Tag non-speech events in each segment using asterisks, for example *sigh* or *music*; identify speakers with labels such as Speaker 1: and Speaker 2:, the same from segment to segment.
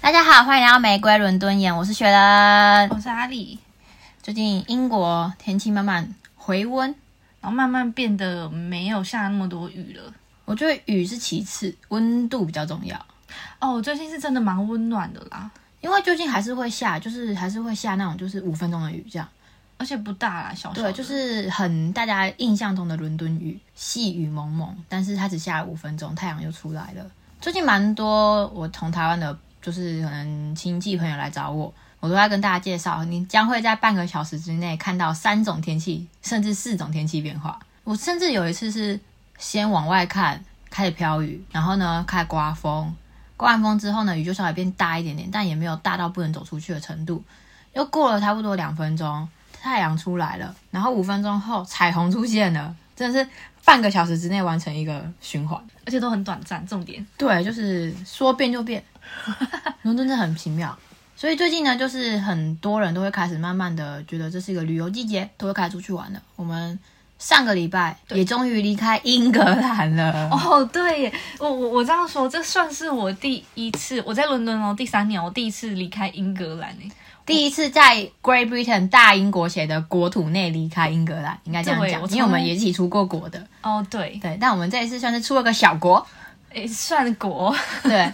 Speaker 1: 大家好，欢迎来到玫瑰伦敦眼，我是雪人。
Speaker 2: 哦我是阿丽，
Speaker 1: 最近英国天气慢慢回温，
Speaker 2: 然后慢慢变得没有下那么多雨了。
Speaker 1: 我觉得雨是其次，温度比较重要。
Speaker 2: 哦，我最近是真的蛮温暖的啦，
Speaker 1: 因为最近还是会下，就是还是会下那种就是五分钟的雨这样。
Speaker 2: 而且不大啦，小小的
Speaker 1: 对，就是很大家印象中的伦敦雨，细雨蒙蒙，但是它只下了五分钟，太阳又出来了。最近蛮多我从台湾的，就是可能亲戚朋友来找我，我都在跟大家介绍，你将会在半个小时之内看到三种天气，甚至四种天气变化。我甚至有一次是先往外看，开始飘雨，然后呢开始刮风，刮完风之后呢雨就稍微变大一点点，但也没有大到不能走出去的程度。又过了差不多两分钟，太阳出来了，然后五分钟后彩虹出现了，真的是半个小时之内完成一个循环。
Speaker 2: 而且都很短暂。重点
Speaker 1: 对，就是说变就变， *laughs* 伦敦真的很奇妙。所以最近呢，就是很多人都会开始慢慢的觉得这是一个旅游季节，都会开始出去玩了。我们上个礼拜也终于离开英格兰了。
Speaker 2: 哦，对耶，我我我这样说，这算是我第一次我在伦敦哦，第三年我第一次离开英格兰诶，
Speaker 1: 第一次在 Great Britain 大英国写的国土内离开英格兰，应该这样
Speaker 2: 对
Speaker 1: 讲
Speaker 2: 我，
Speaker 1: 因为我
Speaker 2: 从
Speaker 1: 们
Speaker 2: 来
Speaker 1: 也一起出过国的。
Speaker 2: 哦，对，
Speaker 1: 对，但我们这一次算是出了个小国。
Speaker 2: 诶，算国，
Speaker 1: *laughs* 对，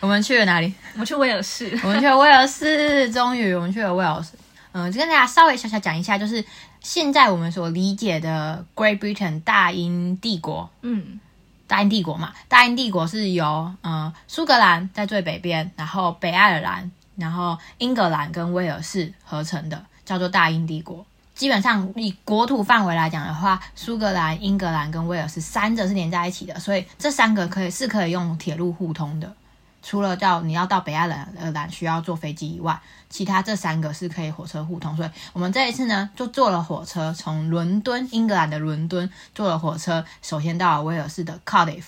Speaker 1: 我们去了哪里？
Speaker 2: 我去威尔士，
Speaker 1: 我们去了威尔士，终于我们去了威尔士。嗯，就跟大家稍微小小讲一下，就是现在我们所理解的 Great Britain 大英帝国，
Speaker 2: 嗯，
Speaker 1: 大英帝国嘛，大英帝国是由呃苏格兰在最北边，然后北爱尔兰，然后英格兰跟威尔士合成的，叫做大英帝国。基本上以国土范围来讲的话，苏格兰、英格兰跟威尔士三者是连在一起的，所以这三个可以是可以用铁路互通的。除了到你要到北爱尔兰需要坐飞机以外，其他这三个是可以火车互通。所以我们这一次呢，就坐了火车，从伦敦，英格兰的伦敦，坐了火车，首先到了威尔士的 Cardiff，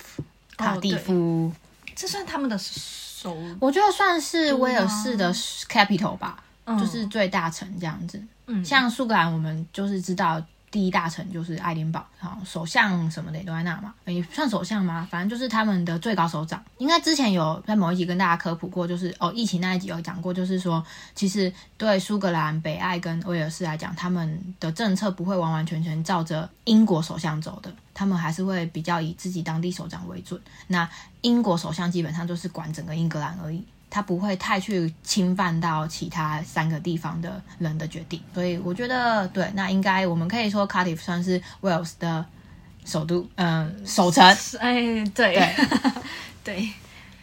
Speaker 1: 卡蒂夫。
Speaker 2: 这算他们的首，
Speaker 1: 我觉得算是威尔士的 capital 吧，
Speaker 2: 嗯
Speaker 1: 就是最大城这样子。
Speaker 2: 嗯
Speaker 1: 像苏格兰，我们就是知道第一大城就是爱丁堡，然后首相什么的也都在那嘛，也不算首相嘛，反正就是他们的最高首长。应该之前有在某一集跟大家科普过，就是哦，疫情那一集有讲过，就是说其实对苏格兰、北爱跟威尔士来讲，他们的政策不会完完全全照着英国首相走的，他们还是会比较以自己当地首长为准。那英国首相基本上就是管整个英格兰而已，他不会太去侵犯到其他三个地方的人的决定。所以我觉得，对，那应该我们可以说 Cardiff 算是 Wales 的首都，嗯、首城。
Speaker 2: 哎，对， *laughs* 对，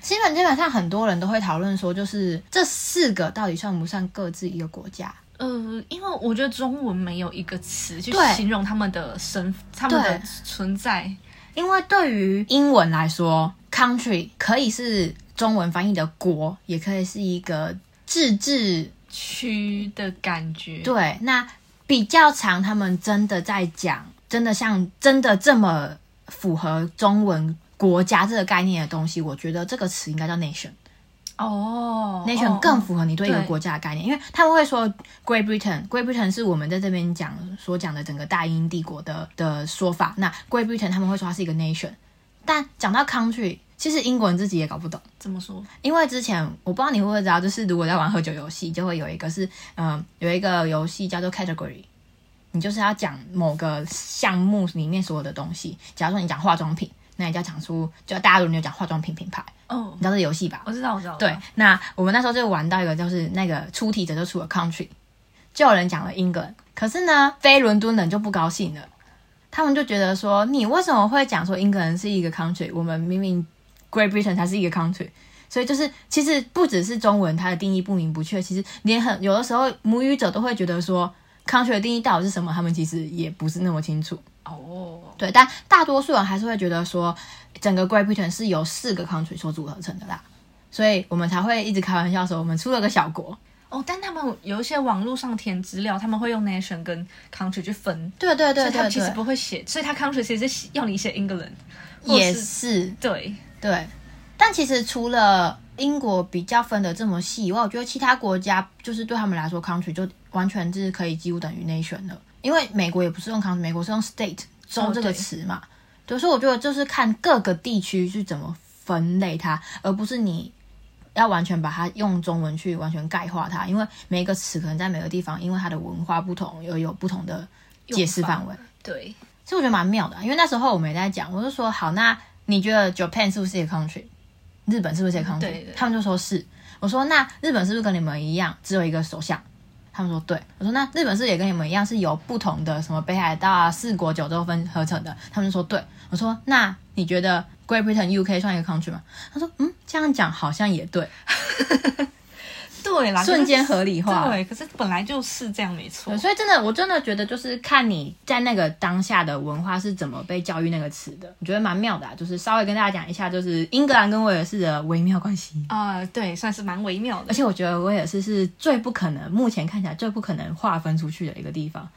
Speaker 1: 基本基本上很多人都会讨论说，就是这四个到底算不算各自一个国家？
Speaker 2: 呃，因为我觉得中文没有一个词去
Speaker 1: 对
Speaker 2: 形容他们的身，他们的
Speaker 1: 对
Speaker 2: 存在。
Speaker 1: 因为对于英文来说，country 可以是中文翻译的国，也可以是一个自治
Speaker 2: 区的感觉。
Speaker 1: 对，那比较长，他们真的在讲，真的像真的这么符合中文国家这个概念的东西，我觉得这个词应该叫 nation。
Speaker 2: 哦
Speaker 1: nation 更符合你对一个
Speaker 2: 对
Speaker 1: 国家的概念，因为他们会说 Great Britain，Great Britain 是我们在这边讲所讲的整个大英帝国的的说法。那 Great Britain 他们会说它是一个 nation，但讲到 country，其实英国人自己也搞不懂。
Speaker 2: 怎么说？
Speaker 1: 因为之前我不知道你会不会知道，就是如果在玩喝酒游戏，就会有一个是，嗯，有一个游戏叫做 category，你就是要讲某个项目里面所有的东西。假如说你讲化妆品，那你就要讲出，就大家轮流讲化妆品品牌，
Speaker 2: 哦
Speaker 1: 你，知道这游戏吧？
Speaker 2: 我知道，我知道。
Speaker 1: 对，那我们那时候就玩到一个，就是那个出题者就出了 country，就有人讲了英格兰，可是呢，非伦敦人就不高兴了，他们就觉得说，你为什么会讲说英格兰是一个 country？我们明明 Great Britain 才是一个 country。所以就是，其实不只是中文它的定义不明不确，其实连很有的时候母语者都会觉得说，country 的定义到底是什么，他们其实也不是那么清楚。
Speaker 2: 哦，
Speaker 1: 对，但大多数人还是会觉得说，整个 Great Britain 是由四个 country 所组合成的啦，所以我们才会一直开玩笑说我们出了个小国。
Speaker 2: 哦，但他们有一些网络上填资料，他们会用 nation 跟 country 去分，
Speaker 1: 对对
Speaker 2: 所
Speaker 1: 对
Speaker 2: 以他
Speaker 1: 对
Speaker 2: 们其实
Speaker 1: 对，
Speaker 2: 不会写，所以他 country 其实是要你写 England，或
Speaker 1: 也
Speaker 2: 是
Speaker 1: 是
Speaker 2: 对，
Speaker 1: 对。但其实除了英国比较分得这么细以外，我觉得其他国家就是对他们来说，country 就完全是可以几乎等于 nation 了，因为美国也不是用 country，美国是用 state 州
Speaker 2: 哦
Speaker 1: 这个
Speaker 2: 对
Speaker 1: 词嘛。对，所以我觉得就是看各个地区去怎么分类它，而不是你要完全把它用中文去完全概括它，因为每一个词可能在每个地方，因为它的文化不同，又有不同的解释范围。
Speaker 2: 对，
Speaker 1: 其实我觉得蛮妙的啊、因为那时候我们也在讲，我就说好，那你觉得 Japan 是不是一个 country？日本是不是一个 country？
Speaker 2: 嗯对对
Speaker 1: 他们就说是。我说那日本是不是跟你们一样只有一个首相？他们说对。我说那日本是不是也跟你们一样是由不同的什么北海道啊、四国、九州分合成的？他们就说对。我说那你觉得 Great Britain UK 算一个 country 吗？他说嗯，这样讲好像也对，
Speaker 2: 对啦，
Speaker 1: 瞬间
Speaker 2: 可是
Speaker 1: 合理化。
Speaker 2: 对，可是本来就是这样，没错
Speaker 1: 对，。所以真的，我真的觉得就是看你在那个当下的文化是怎么被教育那个词的，我觉得蛮妙的、啊。就是稍微跟大家讲一下，就是英格兰跟威尔士的微妙关系。
Speaker 2: 啊、对，算是蛮微妙的
Speaker 1: 而。且我觉得威尔士是最不可能，目前看起来最不可能划分出去的一个地方。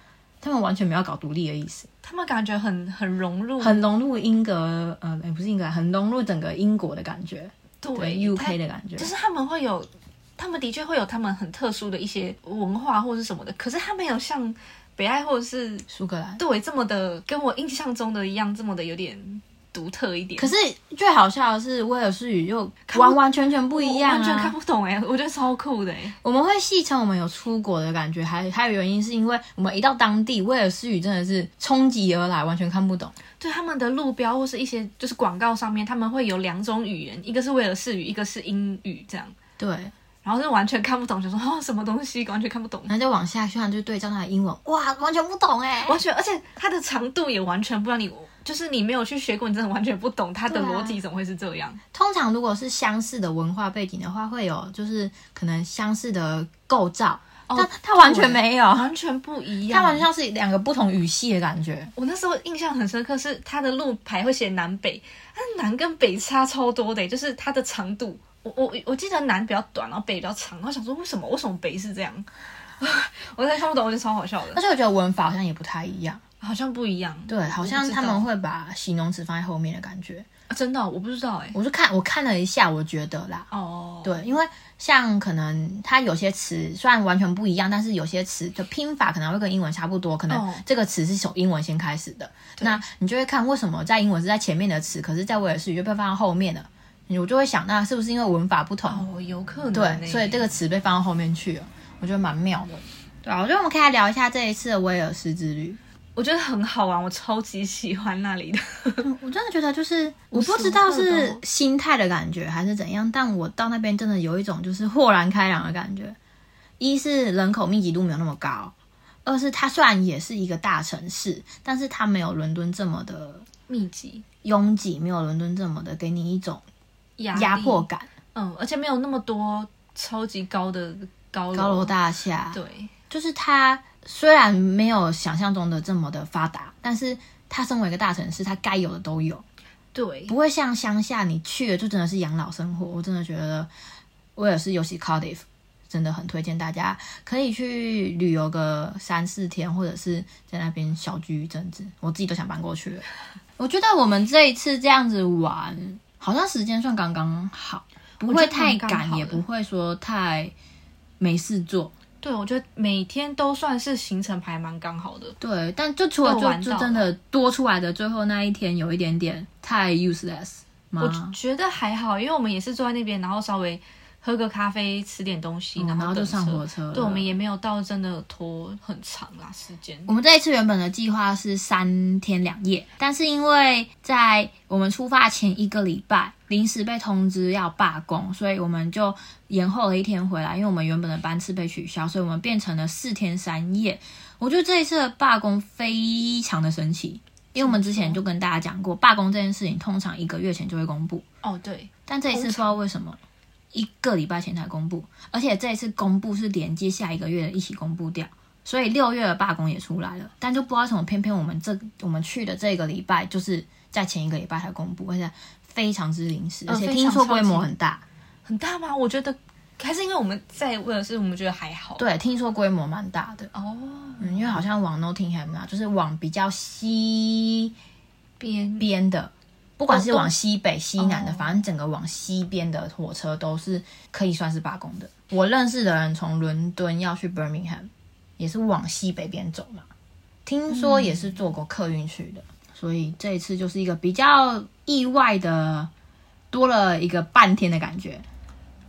Speaker 1: 他们完全没有搞独立的意思，
Speaker 2: 他们感觉很很融入，
Speaker 1: 很融入英格，呃，诶不是英格兰，很融入整个英国的感觉，对
Speaker 2: 对
Speaker 1: UK 的感觉
Speaker 2: 他就。是他们会有，他们的确会有他们很特殊的一些文化或是什么的，可是他没有像北爱或者是
Speaker 1: 苏格兰，
Speaker 2: 对这么的跟我印象中的一样，这么的有点独特一点。
Speaker 1: 可是最好笑的是威尔士语又
Speaker 2: 看不
Speaker 1: 完完全全不一样、啊，
Speaker 2: 我完全看不懂哎、我觉得超酷的哎、
Speaker 1: 我们会戏称我们有出国的感觉，还还有原因是因为我们一到当地，威尔士语真的是冲击而来，完全看不懂。
Speaker 2: 对他们的路标或是一些就是广告上面，他们会有两种语言，一个是威尔士语，一个是英语这样，
Speaker 1: 对，
Speaker 2: 然后是完全看不懂，想说哦什么东西，完全看不懂。
Speaker 1: 然后就往下去看，就对照它的英文，哇，完全不懂 *laughs* 哎、
Speaker 2: 完全，而且它的长度也完全不让你，就是你没有去学过，你真的完全不懂它的
Speaker 1: 对啊
Speaker 2: 逻辑怎么会是这样。
Speaker 1: 通常如果是相似的文化背景的话，会有就是可能相似的构造，
Speaker 2: 哦
Speaker 1: 但它完全没有，
Speaker 2: 完全不一
Speaker 1: 它
Speaker 2: 样。
Speaker 1: 完全像是两个不同语系的感觉。
Speaker 2: 我那时候印象很深刻，是它的路牌会写南北，它南跟北差超多的、欸就是它的长度。我我我记得南比较短，然后北比较长，然后想说为什么为什么北是这样， *laughs* 我才看不懂，我觉得超好笑的
Speaker 1: 而，且我觉得文法好像也不太一样，
Speaker 2: 好像不一样。
Speaker 1: 对，好
Speaker 2: 我
Speaker 1: 像
Speaker 2: 不知
Speaker 1: 他
Speaker 2: 道
Speaker 1: 们会把形容词放在后面的感觉。
Speaker 2: 啊真的哦、我不知道哎、
Speaker 1: 我就看我看了一下，我觉得啦，
Speaker 2: 哦，
Speaker 1: 对，因为像可能它有些词虽然完全不一样，但是有些词的拼法可能会跟英文差不多，可能
Speaker 2: 哦
Speaker 1: 这个词是从英文先开始的，
Speaker 2: 对
Speaker 1: 那你就会看为什么在英文是在前面的词，可是在威尔士语就被放到后面了，你我就会想，那是不是因为文法不同？
Speaker 2: 哦，有可能、欸。
Speaker 1: 对，所以这个词被放到后面去了，我觉得蛮妙的。对啊，我觉得我们可以来聊一下这一次的威尔士之旅。
Speaker 2: 我觉得很好玩，我超级喜欢那里的。
Speaker 1: 嗯我真的觉得就是我
Speaker 2: 无时
Speaker 1: 不
Speaker 2: 无
Speaker 1: 知道
Speaker 2: 刻
Speaker 1: 是
Speaker 2: 都
Speaker 1: 心态的感觉还是怎样，但我到那边真的有一种就是豁然开朗的感觉。一是人口密集度没有那么高，二是它虽然也是一个大城市，但是它没有伦敦这么的
Speaker 2: 密集、
Speaker 1: 拥挤，没有伦敦这么的给你一种
Speaker 2: 压力
Speaker 1: 压迫，感，
Speaker 2: 嗯，而且没有那么多超级高的高楼，
Speaker 1: 高楼大厦。
Speaker 2: 对，
Speaker 1: 就是它虽然没有想象中的这么的发达，但是它身为一个大城市，它该有的都有。
Speaker 2: 对，
Speaker 1: 不会像乡下，你去了就真的是养老生活。我真的觉得威尔士，尤其 Cardiff，真的很推荐大家可以去旅游个三四天，或者是在那边小居一阵子。我自己都想搬过去了。我觉得我们这一次这样子玩，好像时间算刚刚好，不会太
Speaker 2: 我觉得蛮刚
Speaker 1: 赶，
Speaker 2: 好的
Speaker 1: 也不会说太没事做。
Speaker 2: 对，我觉得每天都算是行程排蛮刚好的，
Speaker 1: 对，但就除了
Speaker 2: 都玩
Speaker 1: 就
Speaker 2: 到
Speaker 1: 就
Speaker 2: 了
Speaker 1: 真的多出来的最后那一天，有一点点太 useless 吗？嗯
Speaker 2: 我觉得还好，因为我们也是坐在那边，然后稍微喝个咖啡，吃点东西，
Speaker 1: 嗯
Speaker 2: 然
Speaker 1: 然后
Speaker 2: 后
Speaker 1: 就
Speaker 2: 等
Speaker 1: 上火。车了。
Speaker 2: 对，我们也没有到真的拖很长啦时间
Speaker 1: 我。们这一次原本的计划是三天两夜，但是因为在我们出发前一个礼拜临时被通知要罢工，所以我们就延后了一天回来。因为我们原本的班次被取消，所以我们变成了四天三夜。我觉得这一次的罢工非常的神奇，因为我们之前就跟大家讲过，罢工这件事情通常一个月前就会公布，
Speaker 2: 哦，对，
Speaker 1: 但这一次不
Speaker 2: 通常
Speaker 1: 知道为什么一个礼拜前才公布，而且这一次公布是连接下一个月的一起公布掉，所以六月的罢工也出来了，但就不知道为什么偏偏我们这我们去的这个礼拜就是在前一个礼拜才公布，而且非常之临时，
Speaker 2: 呃
Speaker 1: 而且
Speaker 2: 非
Speaker 1: 听
Speaker 2: 常
Speaker 1: 说规模
Speaker 2: 超级
Speaker 1: 很大，
Speaker 2: 很大吗？我觉得还是因为我们在威尔士，我们觉得还好。
Speaker 1: 对，听说规模蛮大的，
Speaker 2: 哦，
Speaker 1: 嗯，因为好像往 Nottingham 啊，就是往比较西
Speaker 2: 边
Speaker 1: 边的，不管是
Speaker 2: 哦
Speaker 1: 往西北、西南的，
Speaker 2: 哦
Speaker 1: 反正整个往西边的火车都是可以算是罢工的。我认识的人从伦敦要去 Birmingham，也是往西北边走嘛，听说也是坐过客运去的，所以这一次就是一个比较意外的，多了一个半天的感觉。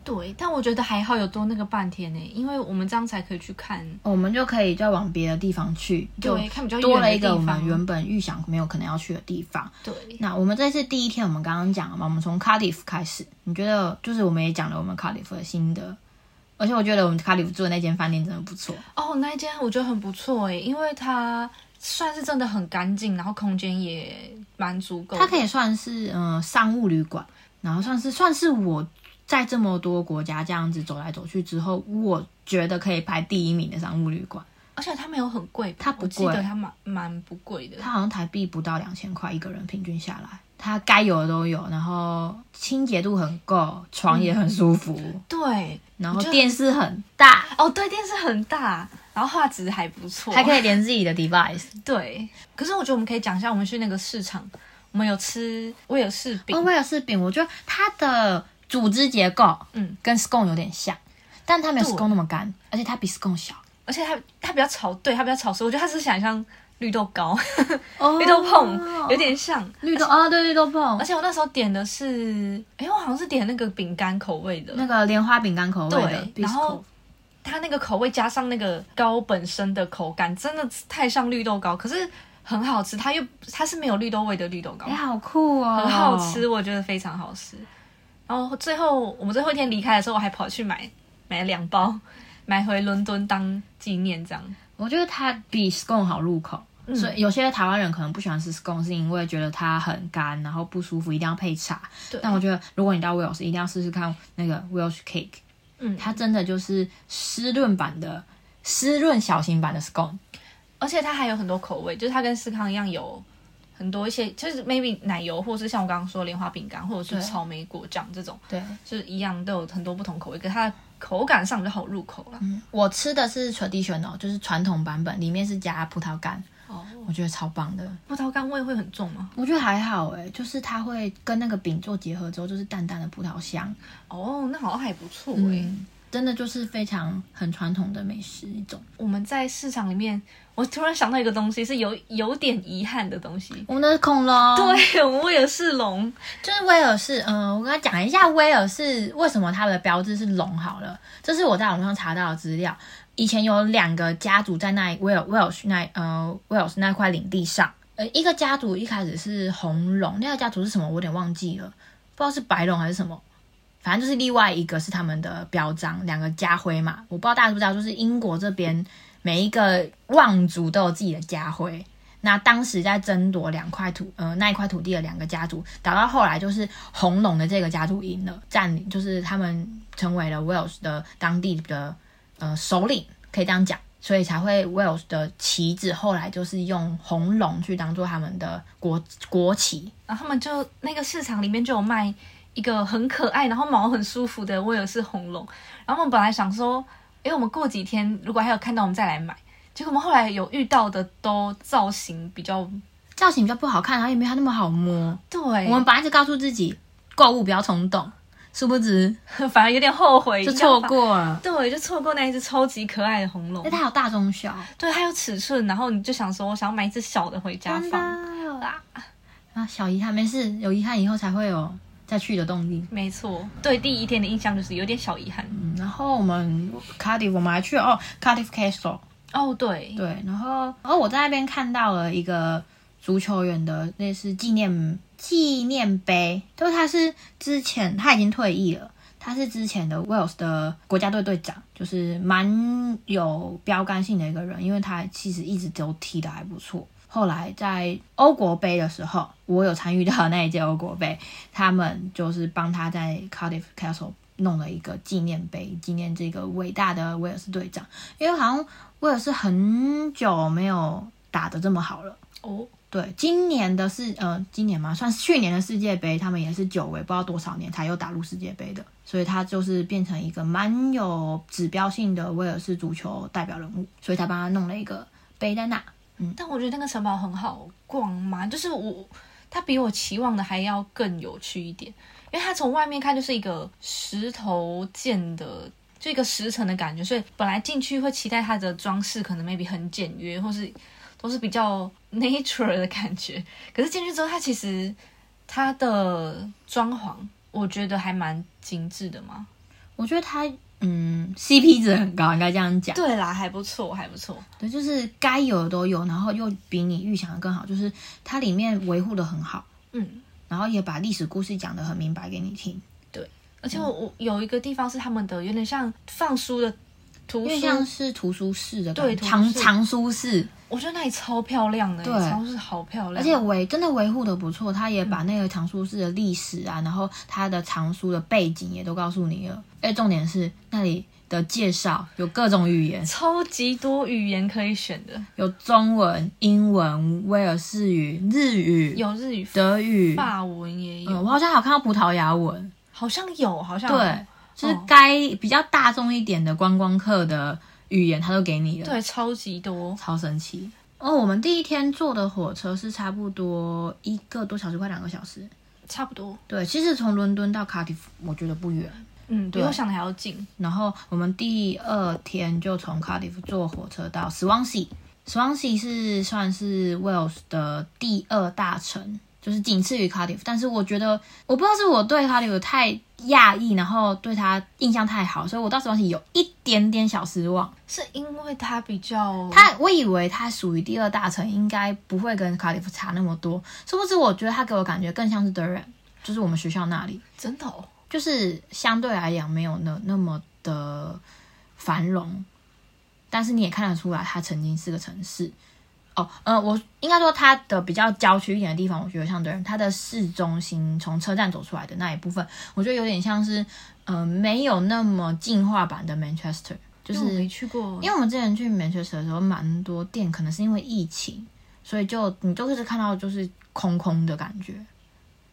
Speaker 2: 对，但我觉得还好有多那个半天呢，因为我们这样才可以去看，
Speaker 1: 哦我们就可以再往别的地方去，就
Speaker 2: 对，看比较
Speaker 1: 多
Speaker 2: 远
Speaker 1: 了
Speaker 2: 的
Speaker 1: 一
Speaker 2: 地
Speaker 1: 个我
Speaker 2: 方。
Speaker 1: 们原本预想没有可能要去的地方。
Speaker 2: 对，
Speaker 1: 那我们这次第一天，我们刚刚讲了嘛，我们从 Cardiff 开始，你觉得就是我们也讲了我们 Cardiff 的心得，而且我觉得我们 Cardiff 住的那间饭店真的不错，
Speaker 2: 哦，那一间我觉得很不错诶，因为它算是真的很干净，然后空间也蛮足够的。
Speaker 1: 它可以算是嗯、呃商务旅馆，然后算是算是我在这么多国家这样子走来走去之后，我觉得可以排第一名的商务旅馆，
Speaker 2: 而且它没有很贵吧，
Speaker 1: 它不
Speaker 2: 我记
Speaker 1: 贵
Speaker 2: 得它蛮蛮不贵的。
Speaker 1: 它好像台币不到两千块一个人，平均下来。它该有的都有，然后清洁度很够，床也很舒服，
Speaker 2: 对，
Speaker 1: 然后
Speaker 2: 我觉得
Speaker 1: 电视很大，
Speaker 2: 哦，对，电视很大，然后画质还不错，
Speaker 1: 还可以连自己的 device。
Speaker 2: 对。可是我觉得我们可以讲一下，我们去那个市场，我们有吃威尔士饼，
Speaker 1: 哦，威尔士饼，我觉得它的组织结构，
Speaker 2: 嗯，
Speaker 1: 跟 scone 有点像，但它没有
Speaker 2: 对
Speaker 1: scone 那么干，而且它比 scone 小。
Speaker 2: 而且它它比较潮，对，它比较潮湿，我觉得它是想像绿豆糕、
Speaker 1: 哦
Speaker 2: *laughs* 绿豆碰，有点像。
Speaker 1: 绿豆哦，对，绿豆碰
Speaker 2: 而，且我那时候点的是，哎，我好像是点那个饼干口味的，
Speaker 1: 那个莲花饼干口味的
Speaker 2: 对，，然后
Speaker 1: Bisco
Speaker 2: 它那个口味加上那个糕本身的口感，真的太像绿豆糕，可是很好吃。它又它是没有绿豆味的绿豆糕，
Speaker 1: 哎，好酷哦，
Speaker 2: 很好吃，我觉得非常好吃。然后最后我们最后一天离开的时候，我还跑去买买了两包，买回伦敦当纪念这样。
Speaker 1: 我觉得它比 scone 好入口。
Speaker 2: 嗯
Speaker 1: 所以有些台湾人可能不喜欢吃 scone，是因为觉得它很干，然后不舒服，一定要配茶。
Speaker 2: 对
Speaker 1: 但我觉得如果你到 Wales，一定要试试看那个 Welsh cake，
Speaker 2: 嗯
Speaker 1: 它真的就是湿润版的、湿润小型版的 scone。
Speaker 2: 而且它还有很多口味，就是它跟思康一样有很多一些，就是 maybe 奶油，或是像我刚刚说莲花饼干，或者
Speaker 1: 对
Speaker 2: 是草莓果酱这种，
Speaker 1: 对，
Speaker 2: 就是一样都有很多不同口味，可是它的口感上比较好入口啦。
Speaker 1: 我吃的是 traditional，就是传统版本，里面是加葡萄干，
Speaker 2: 哦，
Speaker 1: 我觉得超棒的。
Speaker 2: 葡萄干味会很重吗？
Speaker 1: 我觉得还好诶、就是它会跟那个饼做结合之后，就是淡淡的葡萄香，
Speaker 2: 哦，那好像还不错哎、
Speaker 1: 嗯，真的就是非常很传统的美食一种。
Speaker 2: 我们在市场里面，我突然想到一个东西，是有有点遗憾的东西。
Speaker 1: 我们的恐龙，，
Speaker 2: 对，我们威尔士龙，
Speaker 1: 就是威尔士，嗯、我跟他讲一下威尔士为什么它的标志是龙好了，这是我在网上查到的资料。以前有两个家族在那威尔威尔士那呃威尔士那块领地上，呃，一个家族一开始是红龙，另外一个家族是什么我有点忘记了，不知道是白龙还是什么，反正就是另外一个是他们的标章，两个家徽嘛，我不知道大家知不知道，就是英国这边每一个望族都有自己的家徽，那当时在争夺两块土，呃，那一块土地的两个家族，打到后来就是红龙的这个家族赢了，占领就是他们成为了 Wales 的当地的呃首领，可以这样讲，所以才会 Wales 的旗子后来就是用红龙去当做他们的国国旗，
Speaker 2: 然后他们就那个市场里面就有卖一个很可爱，然后毛很舒服的威尔士红龙。然后我们本来想说，诶，我们过几天如果还有看到，我们再来买。结果我们后来有遇到的都造型比较
Speaker 1: 造型比较不好看，然后也没有它那么好摸。
Speaker 2: 对，
Speaker 1: 我们本来就告诉自己购物不要冲动，殊不知
Speaker 2: 反而有点后悔，
Speaker 1: 就
Speaker 2: 要
Speaker 1: 错
Speaker 2: 把。
Speaker 1: 过了。
Speaker 2: 对，就错过那一只超级可爱的红龙
Speaker 1: 哎，。它有大中小，
Speaker 2: 对，它有尺寸，然后你就想说，我想要买一只小的回家
Speaker 1: 真的
Speaker 2: 放。
Speaker 1: 啊啊！小遗憾没事，有遗憾以后才会有再去的动力。
Speaker 2: 没错，对第一天的印象就是有点小遗憾。
Speaker 1: 嗯，然后我们 Cardiff 我们还去哦 Cardiff Castle，
Speaker 2: 哦，对，
Speaker 1: 对，然后哦我在那边看到了一个足球员的类似纪念纪念碑，就是他是之前他已经退役了。他是之前的 Wales 的国家队队长，就是蛮有标杆性的一个人，因为他其实一直都踢得还不错。后来在欧国杯的时候，我有参与到那一届欧国杯，他们就是帮他在 Cardiff Castle 弄了一个纪念碑，纪念这个伟大的威尔士队长。因为好像威尔士很久没有打得这么好了。
Speaker 2: 哦，
Speaker 1: 对，今年的世呃，今年嘛，算是去年的世界杯，他们也是久违不知道多少年才又打入世界杯的，所以他就是变成一个蛮有指标性的威尔士足球代表人物，所以才帮他弄了一个碑在那。
Speaker 2: 但我觉得那个城堡很好逛嘛，就是我它比我期望的还要更有趣一点，因为它从外面看就是一个石头建的。就一个石城的感觉，所以本来进去会期待它的装饰可能 maybe 很简约，或是都是比较 *laughs* nature 的感觉。可是进去之后，它其实它的装潢，我觉得还蛮精致的嘛。
Speaker 1: 我觉得他嗯 CP 值很高，应该这样讲。
Speaker 2: 对啦，还不错，还不错。
Speaker 1: 对，就是该有的都有，然后又比你预想的更好，就是它里面维护的很好，
Speaker 2: 嗯，
Speaker 1: 然后也把历史故事讲得很明白给你听，
Speaker 2: 而且我我有一个地方是他们的有点像放书的图
Speaker 1: 因为
Speaker 2: 书，
Speaker 1: 像是图书室的感觉
Speaker 2: 对图书
Speaker 1: 藏
Speaker 2: 室
Speaker 1: 藏书室，
Speaker 2: 我觉得那里超漂亮的，
Speaker 1: 对
Speaker 2: 超市好漂亮，
Speaker 1: 而且维真的维护的不错，他
Speaker 2: 嗯
Speaker 1: 也把那个藏书室的历史啊，然后他的藏书的背景也都告诉你了，哎，重点是那里的介绍有各种语言，
Speaker 2: 超级多语言可以选的，
Speaker 1: 有中文、英文、威尔士语、日语、
Speaker 2: 有日语、
Speaker 1: 德语，
Speaker 2: 法文也有，
Speaker 1: 嗯，我好像还有看到葡萄牙文，
Speaker 2: 好像有，好像有
Speaker 1: 对，就是
Speaker 2: 哦
Speaker 1: 该比较大众一点的观光客的语言，他都给你了，
Speaker 2: 对，超级多，
Speaker 1: 超神奇。哦，我们第一天坐的火车是差不多一个多小时，快两个小时。
Speaker 2: 差不多，
Speaker 1: 对，其实从伦敦到卡迪夫，我觉得不远。
Speaker 2: 嗯，比
Speaker 1: 对
Speaker 2: 我想的还要近，
Speaker 1: 然后我们第二天就从卡迪夫坐火车到 Swansea。Swansea 是算是 Wales 的第二大城，就是仅次于 Cardiff。但是我觉得，我不知道是我对 Cardiff 太讶异，然后对它印象太好，所以我到 Swansea 有一点点小失望。
Speaker 2: 是因为它比较
Speaker 1: 它我以为它属于第二大城，应该不会跟 Cardiff 差那么多，殊不知我觉得它给我感觉更像是 Durham，就是我们学校那里。
Speaker 2: 真的、哦，
Speaker 1: 就是相对来讲没有那那么的繁荣，但是你也看得出来，它曾经是个城市。哦，呃，我应该说它的比较郊区一点的地方，我觉得像对人，它的市中心从车站走出来的那一部分，我觉得有点像是，呃，没有那么进化版的 Manchester，就
Speaker 2: 因为我
Speaker 1: 是
Speaker 2: 没去过，
Speaker 1: 因为我们之前去 Manchester 的时候，蛮多店可能是因为疫情，所以就你就是看到就是空空的感觉。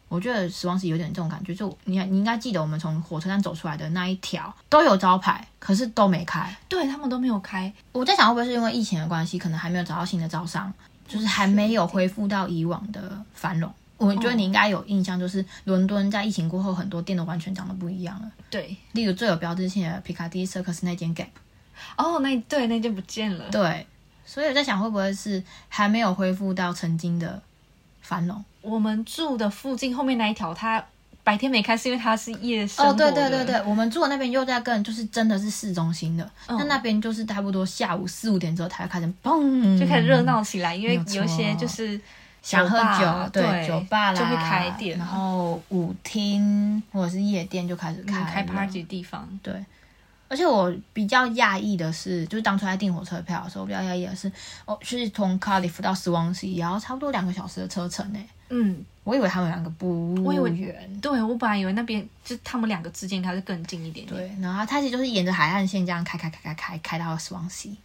Speaker 1: 我觉得时光是有点这种感觉，就你你应该记得我们从火车站走出来的那一条都有招牌，可是都没开。
Speaker 2: 对他们都没有开，
Speaker 1: 我在想会不会是因为疫情的关系，可能还没有找到新的招商，就是还没有恢复到以往的繁荣。我觉得你应该有印象，就是伦敦在疫情过后，很多店都完全长得不一样了。
Speaker 2: 对，
Speaker 1: 例如最有标志性的 Piccadilly Circus 那间 Gap，
Speaker 2: 哦，那对那间不见了，
Speaker 1: 对，所以我在想，会不会是还没有恢复到曾经的繁荣？
Speaker 2: 我们住的附近后面那一条，它白天没开，是因为它是夜生活
Speaker 1: 哦，对对
Speaker 2: 的
Speaker 1: 对对，我们住的那边又在更就是真的是市中心的，
Speaker 2: 嗯
Speaker 1: 那那边就是差不多下午四五点之后才会开始砰，
Speaker 2: 就开始热。闹起来，因为
Speaker 1: 没有错
Speaker 2: 嗯有一些就是
Speaker 1: 想喝
Speaker 2: 酒吧
Speaker 1: 酒，
Speaker 2: 对
Speaker 1: 酒吧啦
Speaker 2: 就会开店
Speaker 1: 然后舞厅或者是夜店就开始开
Speaker 2: 嗯
Speaker 1: 了
Speaker 2: 开 party 的地方，
Speaker 1: 对，而且我比较讶异的是，就是当初在订火车票的时候，我比较讶异的是，哦，是从 Cardiff 到 Swansea 也要差不多两个小时的车程呢、欸
Speaker 2: 嗯，
Speaker 1: 我以为他们两个不
Speaker 2: 我以为
Speaker 1: 远，
Speaker 2: 对我本来以为那边就他们两个之间它是更近一点点，
Speaker 1: 对，然后它其实就是沿着海岸线这样开开开开开开到死亡溪，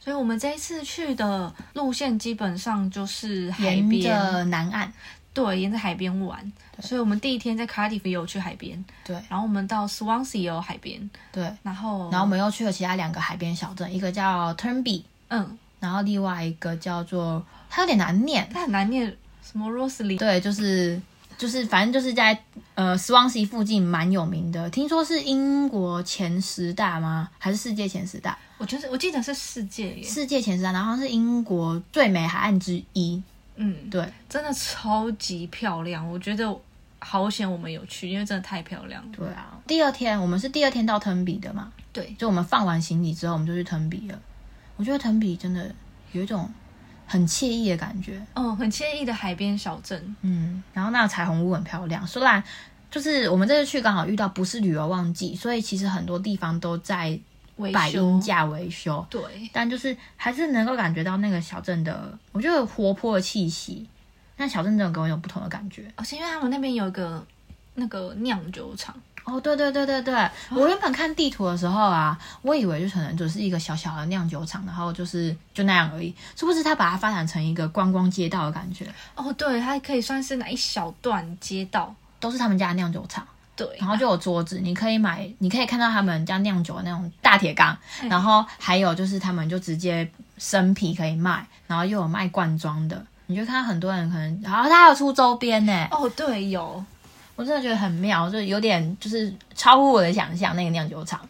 Speaker 2: 所以我们这一次去的路线基本上就是海
Speaker 1: 沿
Speaker 2: 边，
Speaker 1: 着南岸，
Speaker 2: 对，沿着海边玩，所以我们第一天在 Cardiff 也有去海边，
Speaker 1: 对
Speaker 2: 然后我们到 Swansea 也有海边，
Speaker 1: 对，
Speaker 2: 然后
Speaker 1: 然后我们又去了其他两个海边小镇，一个叫 Turnby，
Speaker 2: 嗯，
Speaker 1: 然后另外一个叫做它有点难念，
Speaker 2: 它很难念什么 Rosely，
Speaker 1: 对，就是。就是反正就是在呃斯旺西附近蛮有名的，听说是英国前十大吗？还是世界前十大？
Speaker 2: 我觉得我记得是世界耶，
Speaker 1: 世界前十大，然后好像是英国最美海岸之一。
Speaker 2: 嗯，
Speaker 1: 对，
Speaker 2: 真的超级漂亮，我觉得好险我们有去，因为真的太漂亮了。
Speaker 1: 对啊。第二天我们是第二天到 Turnby 的嘛，
Speaker 2: 对，
Speaker 1: 就我们放完行李之后，我们就去腾比了。我觉得腾比真的有一种很惬意的感觉，
Speaker 2: 哦，很惬意的海边小镇，
Speaker 1: 嗯。然后那彩虹屋很漂亮，虽然就是我们这次去刚好遇到不是旅游旺季，所以其实很多地方都在
Speaker 2: 维
Speaker 1: 摆
Speaker 2: 修
Speaker 1: 阴，架维修，
Speaker 2: 对，
Speaker 1: 但就是还是能够感觉到那个小镇的，我觉得活泼的气息。那小镇真的给我有不同的感觉
Speaker 2: 而且哦因为他们那边有一个那个酿酒厂，
Speaker 1: 哦，对对对对对，我原本看地图的时候啊，我以为就可能只是一个小小的酿酒厂，然后就是就那样而已，殊不知它把它发展成一个观光街道的感觉，
Speaker 2: 哦，对，它可以算是哪一小段街道，
Speaker 1: 都是他们家的酿酒厂，
Speaker 2: 对，
Speaker 1: 然后就有桌子，你可以买，你可以看到他们家酿酒的那种大铁缸，然后还有就是他们就直接生啤可以卖，然后又有卖罐装的，你就看到很多人可能，然后它还有出周边呢，
Speaker 2: 哦，对，有，
Speaker 1: 我真的觉得很妙，就有点就是超乎我的想象那个酿酒厂。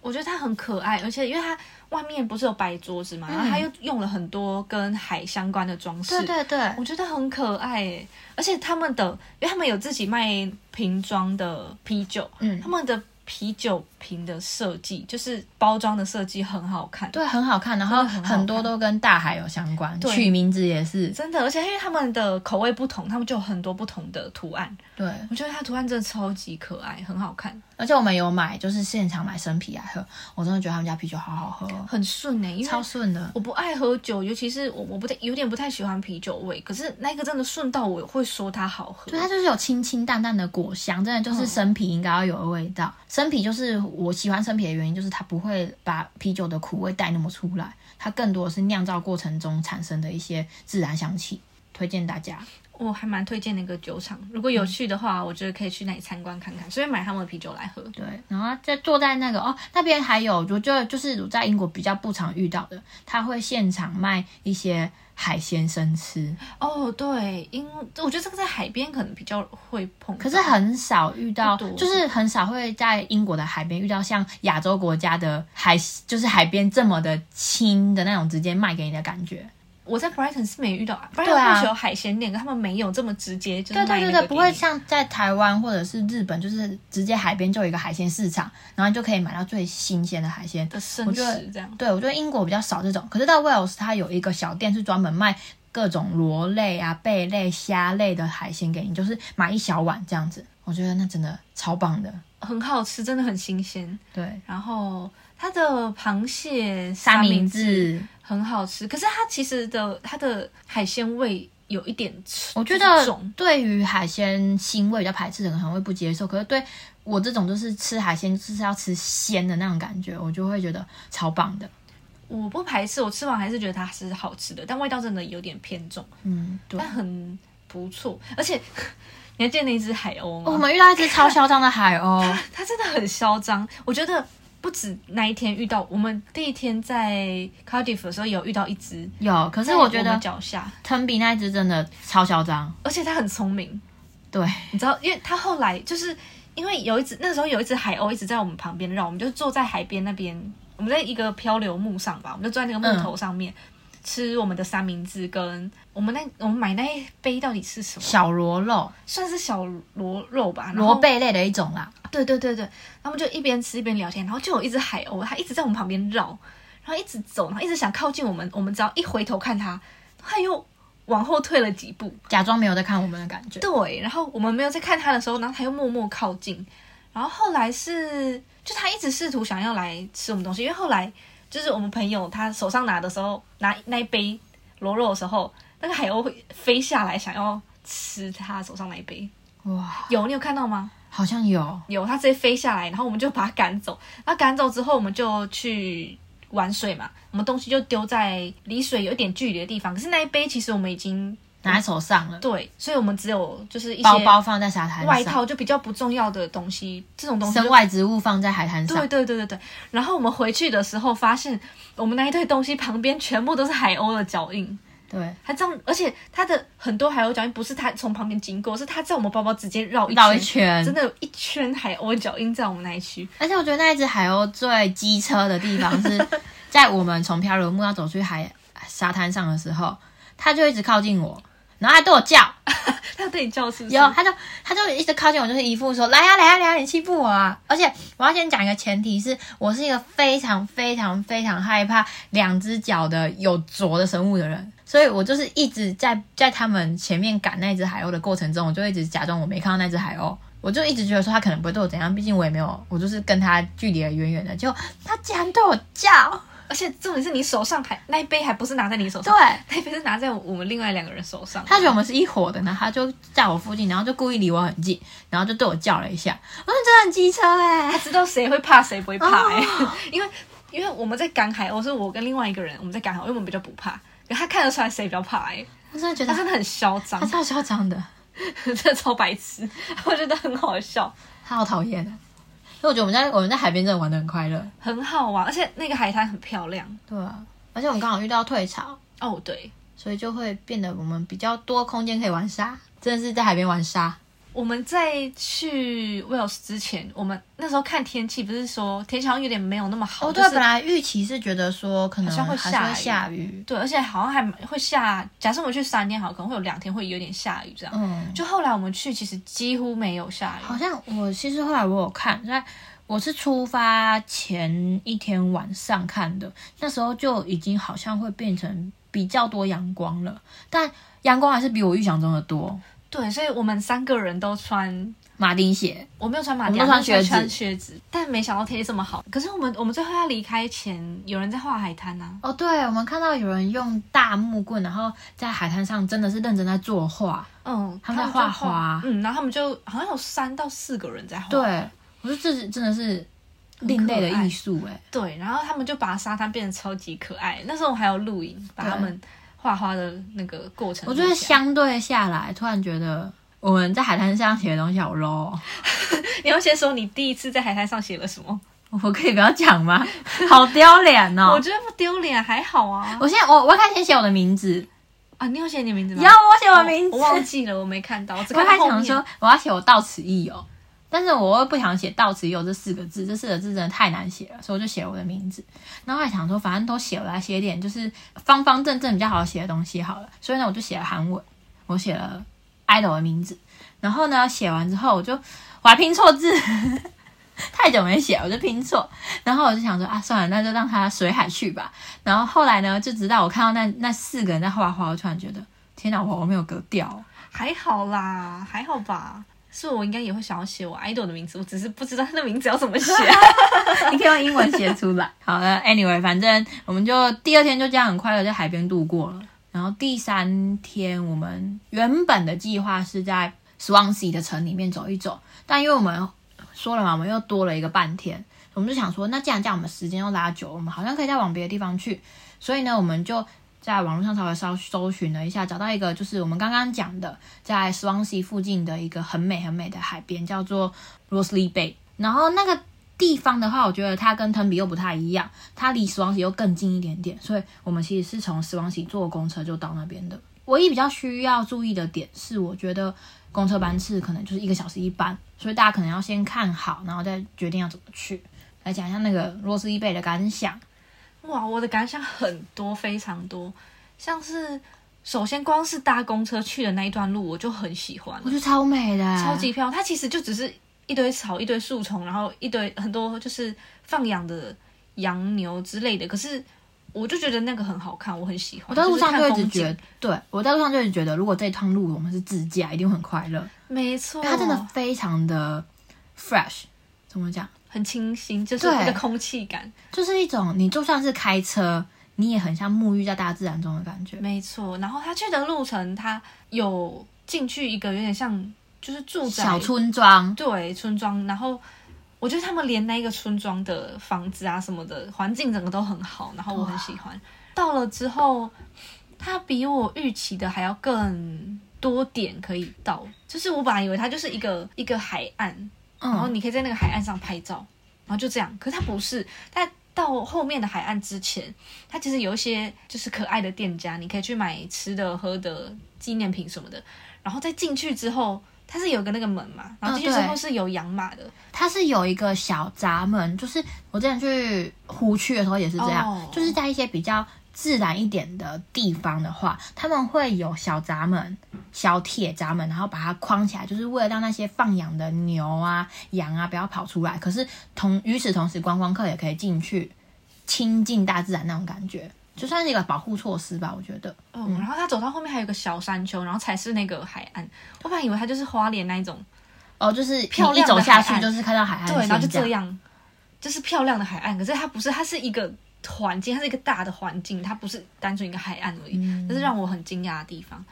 Speaker 2: 我觉得它很可爱，而且因为它外面不是有摆桌子嘛，然后它又用了很多跟海相关的装饰，
Speaker 1: 嗯对对对，
Speaker 2: 我觉得很可爱诶，而且他们的，因为他们有自己卖瓶装的啤酒，
Speaker 1: 嗯
Speaker 2: 他们的啤酒瓶的设计，就是包装的设计很好看。
Speaker 1: 对，很好看，然后
Speaker 2: 真的很好看
Speaker 1: 很多都跟大海有相关，
Speaker 2: 对
Speaker 1: 取名字也是，
Speaker 2: 真的，而且因为他们的口味不同，他们就有很多不同的图案。
Speaker 1: 对，
Speaker 2: 我觉得它图案真的超级可爱，很好看，
Speaker 1: 而且我们有买，就是现场买生啤来喝，我真的觉得他们家啤酒好好喝哦，
Speaker 2: 很顺哎、因为
Speaker 1: 超顺的。
Speaker 2: 我不爱喝酒，尤其是我我不太有点不太喜欢啤酒味，可是那个真的顺到我会说它好喝。
Speaker 1: 对，它就是有清清淡淡的果香，真的
Speaker 2: 嗯
Speaker 1: 就是生啤应该要有的味道。生啤就是我喜欢生啤的原因，就是它不会把啤酒的苦味带那么出来，它更多的是酿造过程中产生的一些自然香气。推荐大家，
Speaker 2: 我还蛮推荐那个酒厂，如果有去的话，我觉得可以去那里参观看看，所以买他们的啤酒来喝。
Speaker 1: 对，然后再坐在那个哦，那边还有，我觉得就是我在英国比较不常遇到的，他会现场卖一些海鲜生吃，
Speaker 2: 哦，对，因我觉得这个在海边可能比较会碰到，
Speaker 1: 可是很少遇到，
Speaker 2: 不多
Speaker 1: 就是很少会在英国的海边遇到像亚洲国家的海，就是海边这么的轻的那种，直接卖给你的感觉。
Speaker 2: 我在 Brighton 是没遇到啊，Brighton
Speaker 1: 对啊
Speaker 2: 或许有海鲜店，可他们没有这么直接，就是
Speaker 1: 对对对
Speaker 2: 卖那
Speaker 1: 对，
Speaker 2: 个
Speaker 1: 不会
Speaker 2: 给你
Speaker 1: 像在台湾或者是日本，就是直接海边就有一个海鲜市场，然后你就可以买到最新鲜的海鲜。
Speaker 2: 的
Speaker 1: 我
Speaker 2: 生
Speaker 1: 觉得
Speaker 2: 食这样。
Speaker 1: 对，我觉得英国比较少这种，可是到 Wales 它有一个小店是专门卖各种螺类啊、贝类、虾类的海鲜给你，就是买一小碗这样子，我觉得那真的超棒的。
Speaker 2: 很好吃，真的很新鲜。
Speaker 1: 对，
Speaker 2: 然后它的螃蟹
Speaker 1: 三明
Speaker 2: 明
Speaker 1: 治。
Speaker 2: 很好吃，可是它其实的它的海鲜味有一点重，
Speaker 1: 我觉
Speaker 2: 就是
Speaker 1: 得
Speaker 2: 重
Speaker 1: 对于海鲜腥味比较排斥的人可能会不接受，可是对我这种就是吃海鲜就是要吃鲜的那种感觉，我就会觉得超棒的。
Speaker 2: 我不排斥，我吃完还是觉得它是好吃的，但味道真的有点偏重，
Speaker 1: 嗯，对。
Speaker 2: 但很不错。而且 *laughs* 你还见那一只海鸥
Speaker 1: 哦我
Speaker 2: 吗？
Speaker 1: 们遇到一只超嚣张的海鸥，
Speaker 2: 它真的很嚣张，我觉得。不止那一天遇到，我们第一天在 Cardiff 的时候有遇到一只，
Speaker 1: 有， *laughs* 可
Speaker 2: 可
Speaker 1: 是我觉得
Speaker 2: 脚下，
Speaker 1: 腾比那一只真的超嚣张。
Speaker 2: 而且它很聪明，
Speaker 1: 对，
Speaker 2: 你知道，因为他后来就是因为有一只那时候有一只海鸥一直在我们旁边绕，我们就坐在海边那边，我们在一个漂流木上吧，我们就坐在那个木头上面、吃我们的三明治跟我们那我们买那一杯到底是什么？
Speaker 1: 小螺肉，
Speaker 2: 算是小螺肉吧，然
Speaker 1: 螺。
Speaker 2: 后
Speaker 1: 贝类的一种啦。
Speaker 2: 对对对对，然后我们就一边吃一边聊天，然后就有一只海鸥，它一直在我们旁边绕，然后一直走，然后一直想靠近我们，我们只要一回头看它，它又往后退了几步，
Speaker 1: 假装没有在看我们的感觉。
Speaker 2: 对，然后我们没有在看他的时候，然后他又默默靠近，然后后来是就他一直试图想要来吃我们东西，因为后来就是我们朋友他手上拿的时候，拿那一杯螺肉的时候，那个海鸥会飞下来想要吃他手上那一杯，
Speaker 1: 哇，
Speaker 2: 有你有看到吗？
Speaker 1: 好像有，
Speaker 2: 有，它直接飞下来，然后我们就把它赶走。那赶走之后，我们就去玩水嘛，我们东西就丢在离水有一点距离的地方。可是那一杯其实我们已经
Speaker 1: 拿在手上了，
Speaker 2: 对，所以我们只有就是一些
Speaker 1: 包包放在沙滩
Speaker 2: 外
Speaker 1: 上，
Speaker 2: 套就比较不重要的东西，这种东西就
Speaker 1: 身外植物放在海滩上
Speaker 2: 对。对对对对。然后我们回去的时候发现，我们那一堆东西旁边全部都是海鸥的脚印，
Speaker 1: 对，
Speaker 2: 它这样，而且它的很多海鸥脚印不是它从旁边经过，是它在我们包包直接绕一
Speaker 1: 绕一
Speaker 2: 圈。
Speaker 1: 圈
Speaker 2: 真，的有一圈海鸥脚印在我们那一区，
Speaker 1: 而且我觉得那一只海鸥最机车的地方
Speaker 2: *laughs*
Speaker 1: 是在我们从漂流木要走去海沙滩上的时候，它就一直靠近我，然后还对我叫，
Speaker 2: 它对你叫是不是？
Speaker 1: 有它就它就一直靠近我，就是一副说来呀、来呀、来呀、你欺负我啊！而且我要先讲一个前提是，我是一个非常非常非常害怕两只脚的有啄的生物的人。所以我就是一直在在他们前面赶那只海鸥的过程中，我就一直假装我没看到那只海鸥，我就一直觉得说它可能不会对我怎样，毕竟我也没有，我就是跟它距离得远远的，就它竟然对我叫，
Speaker 2: 而且重点是你手上还那一杯还不是拿在你手
Speaker 1: 对
Speaker 2: 上，， *laughs* 那一杯是拿在我们另外两个人手上。
Speaker 1: 他觉得我们是一伙的，然后他就在我附近，然后就故意离我很近，然后就对我叫了一下，我说你真的很机车哎、
Speaker 2: 知道谁会怕谁不会怕、欸 *laughs*
Speaker 1: 哦
Speaker 2: 因为因为我们在赶海鸥，是我跟另外一个人我们在赶海鸥，因为我们比较不怕，可他看得出来谁比较怕、欸，
Speaker 1: 我真的觉
Speaker 2: 他
Speaker 1: 得
Speaker 2: 真的很嚣张
Speaker 1: *laughs* 他，超嚣张的，
Speaker 2: 真的超白痴， *laughs* 我觉得很好笑，
Speaker 1: 他好讨厌啊。所以我觉得我们在我们在海边真的玩的很快乐，
Speaker 2: 很好玩，而且那个海滩很漂亮。
Speaker 1: 对啊，而且我们刚好遇到退潮，
Speaker 2: 哦，对，
Speaker 1: 所以就会变得我们比较多空间可以玩沙，真的是在海边玩沙。
Speaker 2: 我们在去 Wales 之前，我们那时候看天气，不是说天气好像有点没有那么好，
Speaker 1: 哦，
Speaker 2: 就
Speaker 1: 对，
Speaker 2: 是
Speaker 1: 本来预期是觉得说可能
Speaker 2: 好像会
Speaker 1: 还是
Speaker 2: 下
Speaker 1: 会
Speaker 2: 雨
Speaker 1: 下雨，
Speaker 2: 对，而且好像还会下。假设我们去三天，好，可能会有两天会有点下雨这样。
Speaker 1: 嗯，
Speaker 2: 就后来我们去，其实几乎没有下雨，
Speaker 1: 好像我其实后来我有看，在我是出发前一天晚上看的，那时候就已经好像会变成比较多阳光了，但阳光还是比我预想中的多。
Speaker 2: 对，所以我们三个人都穿，
Speaker 1: 马丁鞋，
Speaker 2: 我没有穿马
Speaker 1: 我
Speaker 2: 丁
Speaker 1: 们
Speaker 2: 啊，
Speaker 1: 都穿
Speaker 2: 但
Speaker 1: 靴
Speaker 2: 是
Speaker 1: 子
Speaker 2: 穿靴子，但没想到天气这么好。可是我们我们最后要离开前，有人在画海滩啊，
Speaker 1: 哦，对，我们看到有人用大木棍，然后在海滩上真的是认真在作画。
Speaker 2: 嗯，
Speaker 1: 他们在
Speaker 2: 就
Speaker 1: 画花
Speaker 2: 嗯，然后他们就好像有三到四个人在画，
Speaker 1: 对，我觉得这是真的是另类的艺术哎、
Speaker 2: 对，然后他们就把沙滩变得超级可爱。那时候我还有录影，把他们画花的那个过程
Speaker 1: 我
Speaker 2: 录
Speaker 1: 觉
Speaker 2: 下来，
Speaker 1: 得相对下来，突然觉得我们在海滩上写的东西好 low 哦。
Speaker 2: 你要先说你第一次在海滩上写了什么？
Speaker 1: 我可以不要讲
Speaker 2: *laughs*
Speaker 1: 吗？好丢脸
Speaker 2: 我
Speaker 1: 哦！
Speaker 2: 觉得不丢脸，还好啊。
Speaker 1: 我现在我我要开始写我的名字，
Speaker 2: 啊，你有写你的名字吗？
Speaker 1: 要我写我的
Speaker 2: 我
Speaker 1: 名字，
Speaker 2: 我忘记了，我没看到，我只
Speaker 1: 我
Speaker 2: 看
Speaker 1: 还
Speaker 2: 到后
Speaker 1: 想
Speaker 2: 面。
Speaker 1: 说我要写我到此一游，但是我又不想写到此一游这四个字，这四个字真的太难写了，所以我就写了我的名字。然后还想说，反正都写了，来写点就是方方正正比较好写的东西好了。所以呢，我就写了韩文，我写了 idol 的名字。然后呢，写完之后我就我还拼错字， *laughs* 太久没写，我就拼错。然后我就想说啊，算了，那就让他水海去吧。然后后来呢，就直到我看到那那四个人在画画，我突然觉得，天哪，我我没有格调哦、
Speaker 2: 还好啦，还好吧。是我应该也会想要写我 idol 的名字，我只是不知道他的名字要怎
Speaker 1: *laughs*
Speaker 2: 么写。
Speaker 1: 你可以用英文写出来。好了，anyway，反正我们就第二天就这样很快乐在海边度过了。然后第三天，我们原本的计划是在 Swansea 的城里面走一走，但因为我们说了嘛，我们又多了一个半天，我们就想说，那既然这样，我们时间又拉久，我们好像可以再往别的地方去。所以呢，我们就在网络上稍微搜搜寻了一下，找到一个就是我们刚刚讲的，在 Swansea 附近的一个很美很美的海边，叫做 Rosley Bay。然后那个地方的话，我觉得它跟腾比又不太一样，它离死亡席又更近一点点，所以我们其实是从死亡席坐公车就到那边的。唯一比较需要注意的点是，我觉得公车班次可能就是一个小时一班，所以大家可能要先看好，然后再决定要怎么去。来讲一下那个罗斯一贝的感想，
Speaker 2: 哇，我的感想很多，非常多，像是首先光是搭公车去的那一段路，我就很喜欢了
Speaker 1: 我觉得超美的，
Speaker 2: 超级漂亮。它其实就只是一堆草、一堆树丛，然后一堆很多就是放养的羊牛之类的。可是我就觉得那个很好看，我很喜欢。
Speaker 1: 我在路上
Speaker 2: 就
Speaker 1: 就是一
Speaker 2: 看
Speaker 1: 直
Speaker 2: 风景
Speaker 1: 觉得，对我在路上就一直觉得，如果这趟路我们是自驾，一定会很快乐。
Speaker 2: 没错，
Speaker 1: 它真的非常的 fresh，怎么讲？
Speaker 2: 很清新，就是
Speaker 1: 对
Speaker 2: 那个空气感。
Speaker 1: 就是一种你就算是开车，你也很像沐浴在大自然中的感觉。
Speaker 2: 没错，然后他去的路程，他有进去一个有点像就是住宅
Speaker 1: 小村庄，
Speaker 2: 对村庄，然后我觉得他们连那个村庄的房子啊什么的环境整个都很好，然后我很喜欢。到了之后，它比我预期的还要更多点可以到，就是我本来以为它就是一个一个海岸，然后
Speaker 1: 嗯，
Speaker 2: 你可以在那个海岸上拍照，然后就这样。可是它不是，它到后面的海岸之前，它其实有一些就是可爱的店家，你可以去买吃的、喝的、纪念品什么的。然后再进去之后，它是有个那个门嘛，然后进去之
Speaker 1: 哦
Speaker 2: 后
Speaker 1: 对
Speaker 2: 是有养马的，
Speaker 1: 它是有一个小闸门，就是我之前去湖区的时候也是这样，
Speaker 2: 哦
Speaker 1: 就是在一些比较自然一点的地方的话，他们会有小闸门、小铁闸门，然后把它框起来，就是为了让那些放养的牛啊、羊啊不要跑出来。可是同与此同时，观光客也可以进去亲近大自然那种感觉，就算是一个保护措施吧，我觉得。
Speaker 2: 哦，然后它走到后面还有个小山丘，然后才是那个海岸。我本来以为它就是花莲那一种，
Speaker 1: 哦，就是
Speaker 2: 漂
Speaker 1: 漂
Speaker 2: 亮
Speaker 1: 亮
Speaker 2: 的
Speaker 1: 走下
Speaker 2: 海
Speaker 1: 去
Speaker 2: 岸
Speaker 1: 就是看到海岸
Speaker 2: 对
Speaker 1: 线，，
Speaker 2: 然后就这
Speaker 1: 样。
Speaker 2: 样，就是漂亮的海岸。可是它不是，它是一个环境，它是一个大的环境，它不是单纯一个海岸而已。
Speaker 1: 嗯
Speaker 2: 这是让我很惊讶的地方。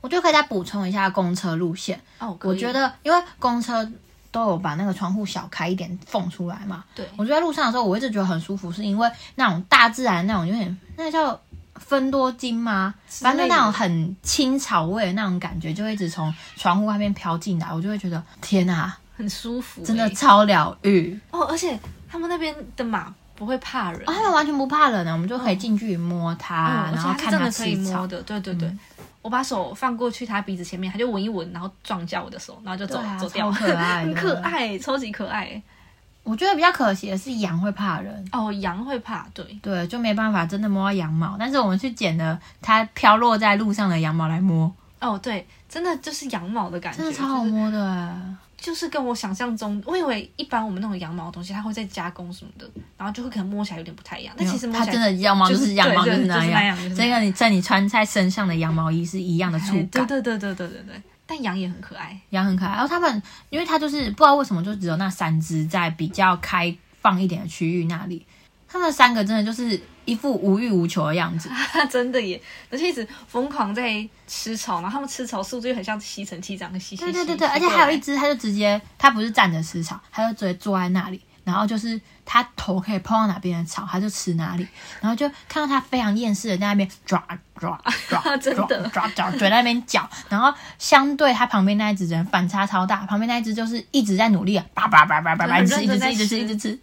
Speaker 1: 我就可以再补充一下公车路线。
Speaker 2: 哦，可以
Speaker 1: 我觉得，因为公车都有把那个窗户小开一点缝出来嘛，
Speaker 2: 对，
Speaker 1: 我觉得在路上的时候，我一直觉得很舒服，是因为那种大自然那种有点那叫芬多精吗？
Speaker 2: 类的
Speaker 1: 反正就那种很青草味的那种感觉，就一直从窗户外面飘进来，我就会觉得天啊，
Speaker 2: 很舒服、
Speaker 1: 真的
Speaker 2: 欸
Speaker 1: 超疗愈。
Speaker 2: 哦，而且他们那边的马不会怕人，
Speaker 1: 啊，他们完全不怕冷的，我们就可以近距离摸它，
Speaker 2: 嗯，而
Speaker 1: 然
Speaker 2: 且
Speaker 1: 后
Speaker 2: 它是
Speaker 1: 看
Speaker 2: 真
Speaker 1: 它
Speaker 2: 的可以
Speaker 1: 吃草
Speaker 2: 摸。的，对对对。
Speaker 1: 嗯
Speaker 2: 我把手放过去，它鼻子前面，它就闻一闻，然后撞一下我的手，然后就走、
Speaker 1: 对啊
Speaker 2: 走掉，
Speaker 1: 超可爱的
Speaker 2: *laughs* 很可爱，超级可爱。
Speaker 1: 我觉得比较可惜的是羊会怕人。
Speaker 2: 哦，羊会怕，对，
Speaker 1: 对，就没办法真的摸到羊毛，但是我们去捡了它飘落在路上的羊毛来摸，
Speaker 2: 哦对，真的就是羊毛的感觉，
Speaker 1: 真的超好
Speaker 2: 就是
Speaker 1: 摸的哎。
Speaker 2: 就是跟我想象中，我以为一般我们那种羊毛的东西，它会再加工什么的，然后就会可能摸起来有点不太一样。但其实摸
Speaker 1: 它
Speaker 2: 起
Speaker 1: 真
Speaker 2: 来，
Speaker 1: 的羊毛
Speaker 2: 就是
Speaker 1: 是羊毛，
Speaker 2: 对
Speaker 1: 是
Speaker 2: 对
Speaker 1: 那
Speaker 2: 就是那样就是那
Speaker 1: 这个你在你穿在身上的羊毛衣是一样的触
Speaker 2: 哎对
Speaker 1: 感。
Speaker 2: 对对对对对对。但羊也很可爱，
Speaker 1: 羊很可爱。然后他们，因为它就是不知道为什么，就只有那三只在比较开放一点的区域那里。他们三个真的就是一副无欲无求的样子，
Speaker 2: 它真的耶，而且一直疯狂在吃草，然后它们吃草速度又很像吸尘器这样的吸吸吸。
Speaker 1: 对对对对，
Speaker 2: 吸
Speaker 1: 而且
Speaker 2: 过
Speaker 1: 还有
Speaker 2: 来
Speaker 1: 一只，它就直接，它不是站着吃草，它就直接坐在那里，然后就是它头可以碰到哪边的草，它就吃哪里，然后就看到它非常厌世的在那边抓抓抓
Speaker 2: *laughs* 真
Speaker 1: 抓
Speaker 2: 的
Speaker 1: 抓抓，嘴在那边嚼，然后相对它旁边那一只人反差超大，旁边那一只就是一直在努力，叭叭叭叭叭叭，一
Speaker 2: 很
Speaker 1: 直
Speaker 2: 认
Speaker 1: 一直
Speaker 2: 真
Speaker 1: 吃
Speaker 2: 在
Speaker 1: 一直吃
Speaker 2: 吃
Speaker 1: 一直吃，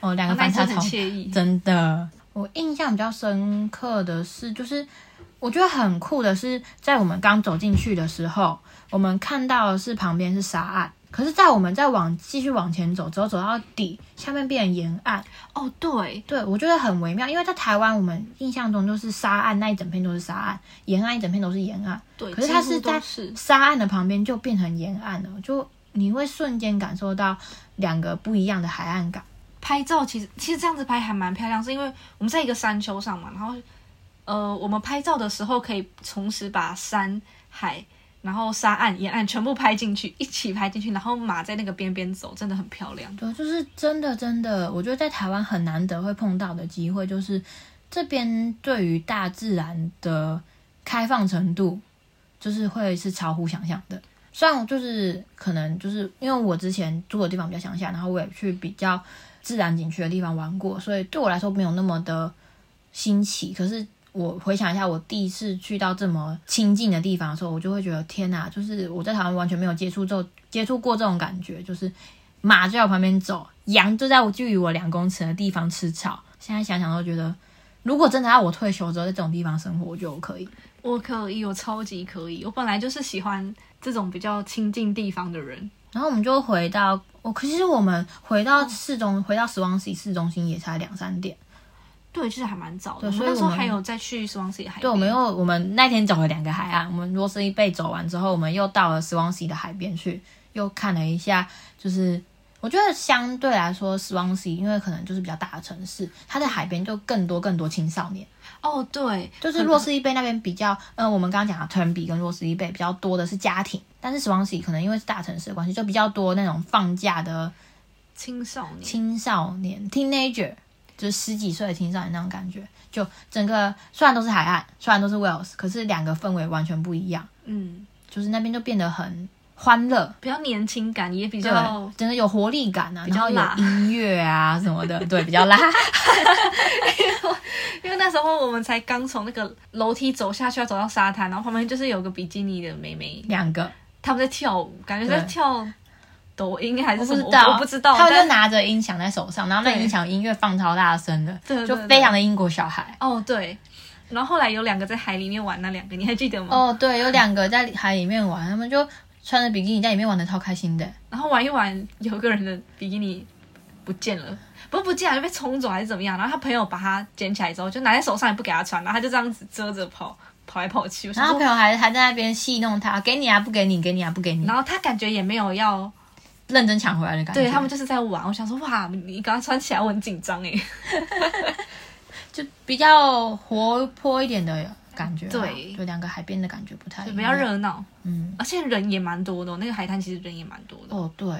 Speaker 1: 哦，两
Speaker 2: 然
Speaker 1: 个
Speaker 2: 后
Speaker 1: 反
Speaker 2: 那一只
Speaker 1: 差
Speaker 2: 很
Speaker 1: 超
Speaker 2: 惬意，
Speaker 1: 真的，嗯我印象比较深刻的是，就是我觉得很酷的是，在我们刚走进去的时候，我们看到的是旁边是沙岸，可是，在我们再往继续往前走，之后走到底，下面变成沿岸。
Speaker 2: 哦，对，
Speaker 1: 对我觉得很微妙，因为在台湾，我们印象中就是沙岸那一整片都是沙岸，沿岸一整片都是沿岸，
Speaker 2: 对，
Speaker 1: 可是它
Speaker 2: 几乎
Speaker 1: 是在
Speaker 2: 都是
Speaker 1: 沙岸的旁边就变成沿岸了，就你会瞬间感受到两个不一样的海岸感。
Speaker 2: 拍照，其实其实这样子拍还蛮漂亮，是因为我们在一个山丘上嘛，然后呃，我们拍照的时候可以同时把山海。然后沙岸、沿岸全部拍进去，一起拍进去，然后马在那个边边走，真的很漂亮。
Speaker 1: 对，啊就是真的真的，我觉得在台湾很难得会碰到的机会，就是这边对于大自然的开放程度，就是会是超乎想象的。虽然就是可能就是因为我之前住的地方比较乡下，然后我也去比较自然景区的地方玩过，所以对我来说没有那么的新奇。可是我回想一下，我第一次去到这么亲近的地方的时候，我就会觉得天哪！就是我在台湾完全没有接触这接触过这种感觉，就是马就在我旁边走，羊就在我距离我两公尺的地方吃草。现在想想都觉得，如果真的要我退休之后在这种地方生活，我觉得我可以。
Speaker 2: 我可以，我超级可以。我本来就是喜欢这种比较亲近地方的人。
Speaker 1: 然后我们就回到我，可是我们回到市中，回到 Swansea 市中心也才两三点。
Speaker 2: 对，就是还蛮早
Speaker 1: 对
Speaker 2: 的。我
Speaker 1: 所
Speaker 2: 们
Speaker 1: 以
Speaker 2: 那时候
Speaker 1: 我们
Speaker 2: 还有再去斯旺西海边。
Speaker 1: 对，我们又我们那天走了两个海岸，我们罗斯一贝走完之后，我们又到了 Swansea 的海边去，又看了一下，就是。我觉得相对来说，Swansea 因为可能就是比较大的城市，它的海边就更多更多青少年。
Speaker 2: 哦，对，
Speaker 1: 就是洛斯伊贝那边比较，呃，我们刚刚讲的 t u r n b y 跟洛斯伊贝比较多的是家庭，但是 Swansea 可能因为是大城市的关系，就比较多那种放假的
Speaker 2: 青少年。
Speaker 1: 青少年 teenager，就是十几岁的青少年那种感觉。就整个虽然都是海岸，虽然都是 Wales，可是两个氛围完全不一样，
Speaker 2: 嗯，
Speaker 1: 就是那边就变得很欢乐，
Speaker 2: 比较年轻感，也比
Speaker 1: 对
Speaker 2: 较，
Speaker 1: 整个有活力感啊，
Speaker 2: 哦比
Speaker 1: 然后
Speaker 2: 较
Speaker 1: 有
Speaker 2: 辣
Speaker 1: 音乐啊什么的，对，比较辣。 *laughs*
Speaker 2: *laughs* 因为那时候我们才刚从那个楼梯走下去，要走到沙滩，然后旁边就是有个比基尼的妹妹，
Speaker 1: 两个
Speaker 2: 他们在跳舞，感觉在
Speaker 1: 对
Speaker 2: 跳抖音还
Speaker 1: 我
Speaker 2: 是
Speaker 1: 不
Speaker 2: 什
Speaker 1: 知
Speaker 2: 么，我
Speaker 1: 道，
Speaker 2: 我不知道，
Speaker 1: 他们就
Speaker 2: 但
Speaker 1: 拿着音响在手上，然后那
Speaker 2: 对
Speaker 1: 音响音乐放超大声的，
Speaker 2: 对对
Speaker 1: 就
Speaker 2: 对
Speaker 1: 非常的英国小孩。
Speaker 2: 哦对，然后后来有两个在海里面玩那两个，你还记得吗？
Speaker 1: 哦， *laughs* 对，有两个在海里面玩，他们就穿着比基尼在里面玩的超开心的。
Speaker 2: 然后玩一玩，有个人的比基尼不见了，不是不见了，就被冲走还是怎么样？然后他朋友把他捡起来之后，就拿在手上也不给他穿，然后他就这样子遮着跑，跑来跑去。我
Speaker 1: 然
Speaker 2: 想
Speaker 1: 后
Speaker 2: 说
Speaker 1: 朋友还还在那边戏弄他，给你啊，不给你，给你啊，不给 *laughs* 你
Speaker 2: 然，后他感觉也没有要，
Speaker 1: 认真抢回来的感觉。
Speaker 2: 对他们就是在玩。我想说，哇，你刚刚穿起来我很紧张哎。
Speaker 1: 就比较活泼一点的感觉啊。
Speaker 2: 对
Speaker 1: 就两个海边的感觉不太一
Speaker 2: 对，
Speaker 1: 样。
Speaker 2: 比较。热闹，
Speaker 1: 嗯，
Speaker 2: 而且人也蛮多的哦、那个海滩其实人也蛮多的。
Speaker 1: 哦，对，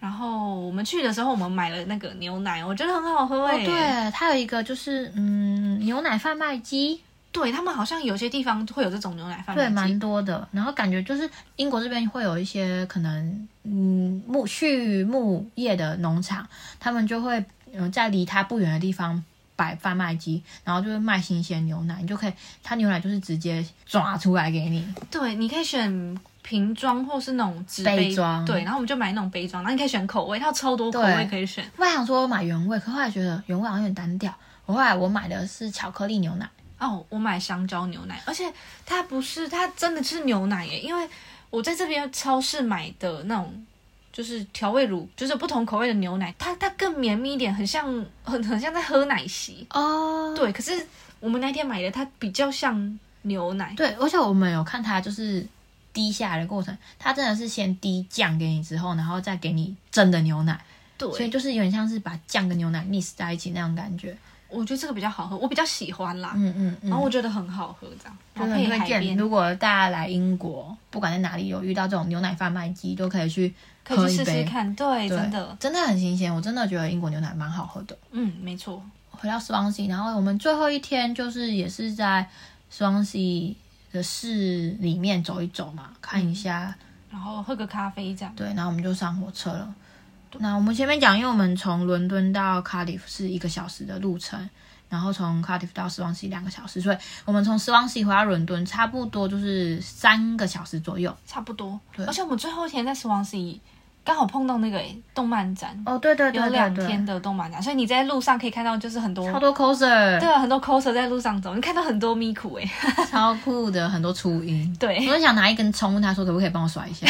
Speaker 2: 然后我们去的时候，我们买了那个牛奶，我觉得很好喝
Speaker 1: 哦
Speaker 2: 哎、，
Speaker 1: 对，它有一个就是嗯牛奶贩卖机，
Speaker 2: 对他们好像有些地方会有这种牛奶贩
Speaker 1: 对，
Speaker 2: 卖机。
Speaker 1: 蛮多的。然后感觉就是英国这边会有一些可能，嗯，牧畜牧业的农场，他们就会嗯在离它不远的地方摆贩卖机，然后就会卖新鲜牛奶，你就可以，它牛奶就是直接抓出来给你。
Speaker 2: 对，你可以选瓶装或是那种纸杯
Speaker 1: 杯装
Speaker 2: 对，然后我们就买那种杯装，然后你可以选口味，它有超多口
Speaker 1: 对
Speaker 2: 味可以选。
Speaker 1: 我本来想说我买原味，可后来觉得原味好像有点单调。我后来我买的是巧克力牛奶，
Speaker 2: 哦，我买香蕉牛奶，而且它不是，它真的是牛奶耶，因为我在这边超市买的那种。就是调味乳，就是不同口味的牛奶，它它更绵密一点，很像很很像在喝奶昔。
Speaker 1: 哦
Speaker 2: 对，可是我们那天买的它比较像牛奶，
Speaker 1: 对，而且我们有看它就是滴下来的过程，它真的是先滴酱给你之后，然后再给你真的牛奶，所以
Speaker 2: 对，
Speaker 1: 就是有点像是把酱跟牛奶 mix 在一起那种感觉。
Speaker 2: 我觉得这个比较好喝，我比较喜欢啦。
Speaker 1: 嗯嗯嗯，
Speaker 2: 然后我觉得很好喝，这样，然
Speaker 1: 真的
Speaker 2: 后配
Speaker 1: 推
Speaker 2: 海
Speaker 1: 荐，
Speaker 2: 边，
Speaker 1: 如果大家来英国，不管在哪里有遇到这种牛奶贩卖机，都可以去
Speaker 2: 可以
Speaker 1: 喝
Speaker 2: 去
Speaker 1: 一
Speaker 2: 试试
Speaker 1: 杯。
Speaker 2: 看。对，
Speaker 1: 对
Speaker 2: 哎真的，
Speaker 1: 真的很新鲜，我真的觉得英国牛奶蛮好喝的。
Speaker 2: 嗯，没错。
Speaker 1: 回到 Swansea，然后我们最后一天就是也是在 Swansea 的市里面走一走嘛，看一下。
Speaker 2: 然后喝个咖啡这样，
Speaker 1: 对，然后我们就上火车了。那我们前面讲，因为我们从伦敦到 Cardiff 是一个小时的路程，然后从 Cardiff 到 Swansea 两个小时，所以我们从 Swansea 回到伦敦差不多就是三个小时左右。
Speaker 2: 差不多。
Speaker 1: 对
Speaker 2: 而且我们最后一天在 Swansea 刚好碰到那个诶动漫展，
Speaker 1: 哦，对对对
Speaker 2: 有
Speaker 1: 对对，
Speaker 2: 两天的动漫展，所以你在路上可以看到就是很多。
Speaker 1: 超多 coser，
Speaker 2: 对啊，很多 coser 在路上走，你看到很多咪苦哎、
Speaker 1: *laughs* 超酷的，很多初音。我
Speaker 2: *laughs*
Speaker 1: *laughs*
Speaker 2: 对
Speaker 1: 都想拿一根葱，问他说可不可以帮我甩一下。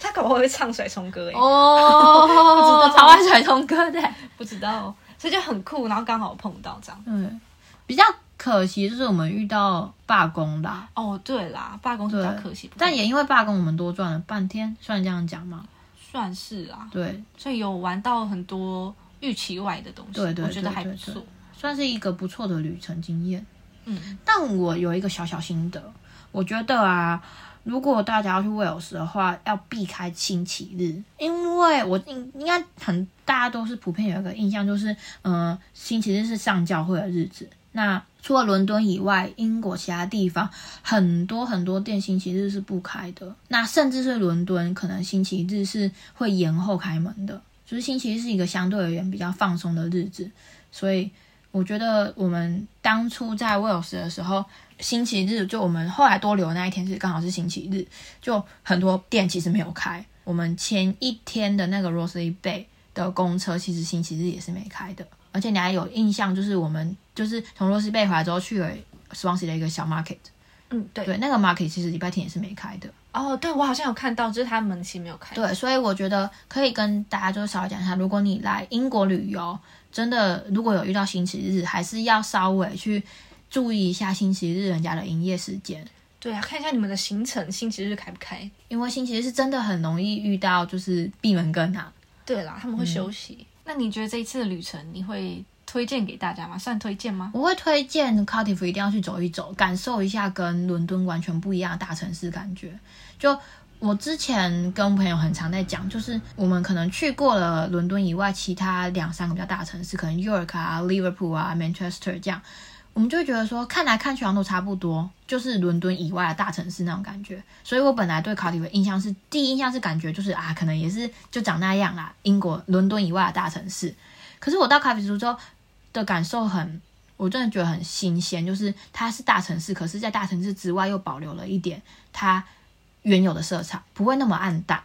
Speaker 2: 他搞不好会唱甩葱
Speaker 1: 欸
Speaker 2: 歌哎、
Speaker 1: *laughs* 哦，
Speaker 2: 不知道
Speaker 1: 超爱甩葱歌的。
Speaker 2: 不知道，所以就很酷，然后刚好碰到这样。
Speaker 1: 对，比较可惜就是我们遇到罢工啦，
Speaker 2: 哦，对啦，罢工是比较可惜，不过
Speaker 1: 但也因为罢工，我们多赚了半天，算这样讲嘛。
Speaker 2: 算是啦、
Speaker 1: 对，
Speaker 2: 所以有玩到很多预期外的东西，
Speaker 1: 对对
Speaker 2: 我觉得
Speaker 1: 对
Speaker 2: 还
Speaker 1: 对
Speaker 2: 不错。
Speaker 1: 对算是一个不错的旅程经验。
Speaker 2: 嗯，
Speaker 1: 但我有一个小小心得，我觉得啊，如果大家要去威尔士的话，要避开星期日，因为我应应该很大家都是普遍有一个印象，就是嗯、呃星期日是上教会的日子。那除了伦敦以外，英国其他地方很多很多店星期日是不开的，那甚至是伦敦可能星期日是会延后开门的，就是星期日是一个相对而言比较放松的日子，所以我觉得我们当初在威尔士的时候，星期日就我们后来多留的那一天是刚好是星期日，就很多店其实没有开。我们前一天的那个 Rosely Bay 的公车其实星期日也是没开的，而且你还有印象，就是我们就是从 Rosely Bay 回来之后去了 Swansea 的一个小 market，
Speaker 2: 嗯，对。
Speaker 1: 对，那个 market 其实礼拜天也是没开的。
Speaker 2: 哦，对，我好像有看到，就是他门其实没有开。
Speaker 1: 对，所以我觉得可以跟大家就稍微讲一下，如果你来英国旅游，真的如果有遇到星期日，还是要稍微去注意一下星期日人家的营业时间，
Speaker 2: 对啊，看一下你们的行程，星期日开不开？
Speaker 1: 因为星期日是真的很容易遇到就是闭门羹啊。
Speaker 2: 对啦，他们会休息。那你觉得这一次的旅程，你会推荐给大家吗？算推荐吗？
Speaker 1: 我会推荐 Cardiff 一定要去走一走，感受一下跟伦敦完全不一样的大城市感觉。就我之前跟朋友很常在讲，就是我们可能去过了伦敦以外，其他两三个比较大城市，可能 York 啊、Liverpool 啊、Manchester 这样，我们就会觉得说，看来看去好像都差不多，就是伦敦以外的大城市那种感觉。所以我本来对 Cardiff 的印象是，第一印象是感觉就是啊，可能也是就长那样啦，英国伦敦以外的大城市。可是我到卡比图之后的感受很我真的觉得很新鲜，就是它是大城市，可是在大城市之外又保留了一点它原有的色彩，不会那么暗淡。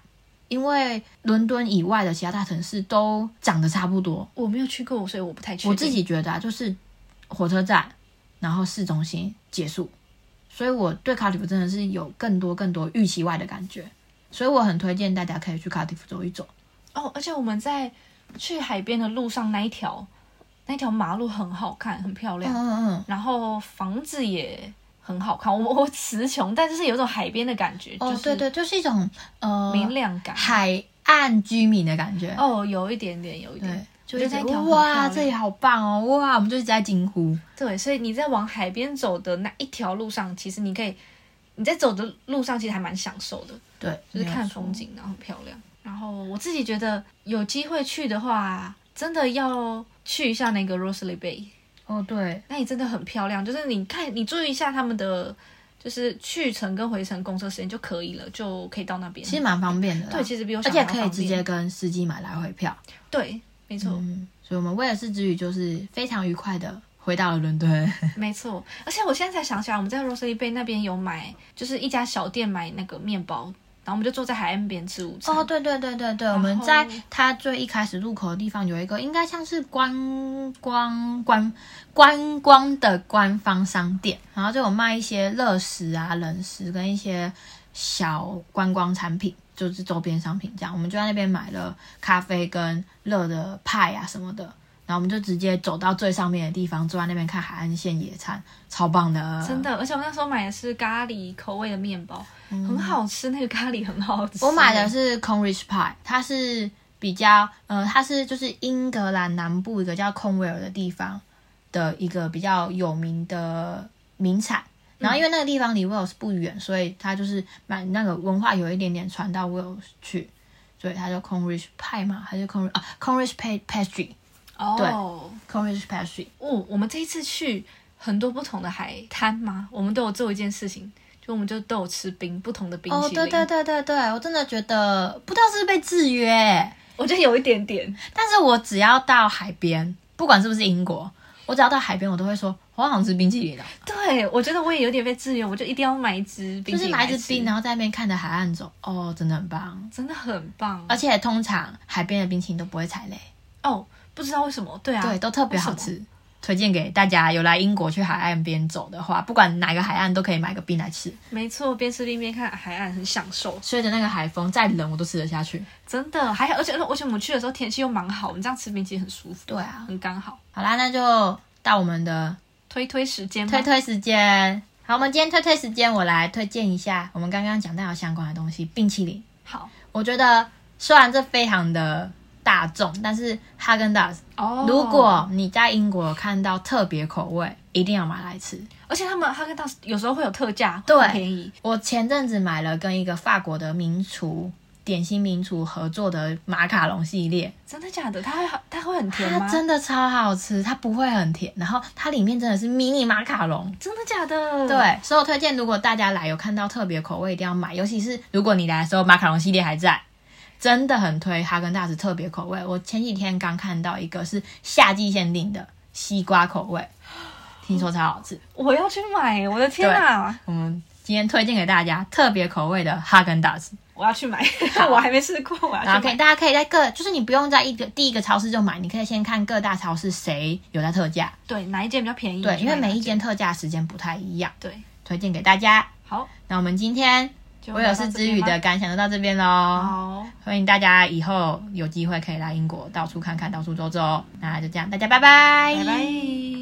Speaker 1: 因为伦敦以外的其他大城市都长得差不多，
Speaker 2: 我没有去过，所以我不太确定。
Speaker 1: 我自己觉得啊，就是火车站，然后市中心结束，所以我对卡迪夫真的是有更多更多预期外的感觉，所以我很推荐大家可以去卡迪夫走一走。
Speaker 2: 哦，而且我们在去海边的路上那一条，那条马路很好看，很漂亮，
Speaker 1: 嗯嗯，
Speaker 2: 然后房子也很好看。我 *laughs* 我词穷，但就是有一种海边的感觉，
Speaker 1: 哦
Speaker 2: 就，
Speaker 1: 对
Speaker 2: 是
Speaker 1: 对，就是一种呃
Speaker 2: 明亮感。
Speaker 1: 海岸居民的感觉。
Speaker 2: 哦，有一点点，有一点
Speaker 1: 对，，
Speaker 2: 就
Speaker 1: 就一
Speaker 2: 是
Speaker 1: 直
Speaker 2: 那条很漂
Speaker 1: 哇，
Speaker 2: 亮
Speaker 1: 这里好棒哦，哇，我们就一直在惊呼。
Speaker 2: 对，所以你在往海边走的那一条路上，其实你可以，你在走的路上其实还蛮享受的，
Speaker 1: 对，
Speaker 2: 就是看
Speaker 1: 没有错
Speaker 2: 风。景，然后很漂亮。然后我自己觉得有机会去的话，真的要去一下那个 Rosely Bay，
Speaker 1: 哦，对，
Speaker 2: 那里真的很漂亮。就是你看，你注意一下他们的就是去程跟回程公车时间就可以了，就可以到那边。
Speaker 1: 其实蛮方便的啦。
Speaker 2: 对，其实比我
Speaker 1: 而
Speaker 2: 想
Speaker 1: 且
Speaker 2: 的还
Speaker 1: 可以
Speaker 2: 方
Speaker 1: 直
Speaker 2: 便
Speaker 1: 接跟司机买来回票。
Speaker 2: 对，没错。
Speaker 1: 嗯，所以我们威尔士之旅就是非常愉快的回到了伦敦。
Speaker 2: 没错，而且我现在才想起来，我们在 Rosely Bay 那边有买，就是一家小店买那个面包，然后我们就坐在海岸边吃午餐。
Speaker 1: 哦，对对对对对，
Speaker 2: 后
Speaker 1: 我们在它最一开始入口的地方有一个，应该像是观光观观光的官方商店，然后就有卖一些热食啊、冷食跟一些小观光产品，就是周边商品这样。我们就在那边买了咖啡跟热的派啊什么的，然后我们就直接走到最上面的地方，坐在那边看海岸线野餐，超棒的，
Speaker 2: 真。的，而且我那时候买的是咖喱口味的面包，很好吃，那个咖喱很好吃。
Speaker 1: 我买的是 Conrich Pie，它是比较呃，它是就是英格兰南部一个叫空维尔的地方的一个比较有名的名产。然后因为那个地方离 Wales 不远，所以它就是买那个文化有一点点传到 Wales 去，所以它叫 Conrich Pie 嘛，还是 Con 啊 Conrich Pa- Pastry，Conrich
Speaker 2: 哦，
Speaker 1: Pastry。
Speaker 2: 哦，我们这一次去很多不同的海滩嘛，我们都有做一件事情，就我们就都有吃冰，不同的冰
Speaker 1: 哦，
Speaker 2: 淇淋。
Speaker 1: 对对，对对对，我真的觉得不知道是不是被制约，欸
Speaker 2: 我觉得有一点点，
Speaker 1: 但是我只要到海边，不管是不是英国，我只要到海边，我都会说我好想吃冰淇淋哦，
Speaker 2: 对我觉得我也有点被制约，我就一定要买一支冰
Speaker 1: 就
Speaker 2: 淇
Speaker 1: 是
Speaker 2: 淋
Speaker 1: 拿
Speaker 2: 来
Speaker 1: 一
Speaker 2: 吃，
Speaker 1: 支冰，啊然后在那边看着海岸走，哦，真的很棒。
Speaker 2: 真的很棒。
Speaker 1: 而且通常海边的冰淇淋都不会踩雷，
Speaker 2: 哦，不知道为什么，对啊，
Speaker 1: 对，都特别好吃。推荐给大家有来英国去海岸边走的话，不管哪个海岸都可以买个冰来吃，
Speaker 2: 没错，边吃冰边看海岸，很享受，
Speaker 1: 吹着那个海风，再冷我都吃得下去。
Speaker 2: 真的。还好，而且而且我们去的时候天气又蛮好，我们这样吃冰淇淋很舒服，
Speaker 1: 对啊，
Speaker 2: 很刚好。
Speaker 1: 好啦，那就到我们的
Speaker 2: 推推时间吗，
Speaker 1: 推推时间。好，我们今天推推时间，我来推荐一下我们刚刚讲到的相关的东西，冰淇淋。
Speaker 2: 好
Speaker 1: 我觉得虽然这非常的大众，但是哈根达斯，
Speaker 2: 哦。
Speaker 1: 如果你在英国有看到特别口味，一定要买来吃。
Speaker 2: 而且他们哈根达斯有时候会有特价，
Speaker 1: 对
Speaker 2: 很便宜。
Speaker 1: 我前阵子买了跟一个法国的名厨点心名厨合作的马卡龙系列，
Speaker 2: 真的假的？它会它会很甜吗
Speaker 1: 它？真的超好吃，它不会很甜，然后它里面真的是迷你马卡龙。
Speaker 2: 真的假的？，
Speaker 1: 对，所以我推荐，如果大家来有看到特别口味，一定要买。尤其是如果你来的时候，马卡龙系列还在，真的很推哈根达斯特别口味。我前几天刚看到一个是夏季限定的西瓜口味，听说超好吃。
Speaker 2: 我要去买，我的天啊！
Speaker 1: 我们今天推荐给大家特别口味的哈根达斯，
Speaker 2: 我要去买， *laughs* 我还没试过，我
Speaker 1: 然
Speaker 2: 要
Speaker 1: 后
Speaker 2: 去
Speaker 1: 可以
Speaker 2: 买。
Speaker 1: 大家可以在各，就是你不用在一个第一个超市就买，你可以先看各大超市谁有在特价。
Speaker 2: 对，哪一件比较便宜？
Speaker 1: 对，因为嗯每一
Speaker 2: 件
Speaker 1: 间特价时间不太一样，
Speaker 2: 对。
Speaker 1: 推荐给大家。
Speaker 2: 好，
Speaker 1: 那我们今天
Speaker 2: 就
Speaker 1: 我有是之语的
Speaker 2: 聊到
Speaker 1: 感想就到这边喽。
Speaker 2: 这边吧。好，
Speaker 1: 欢迎大家以后有机会可以来英国到处看看，到处走走。那就这样，大家拜拜，
Speaker 2: 拜拜。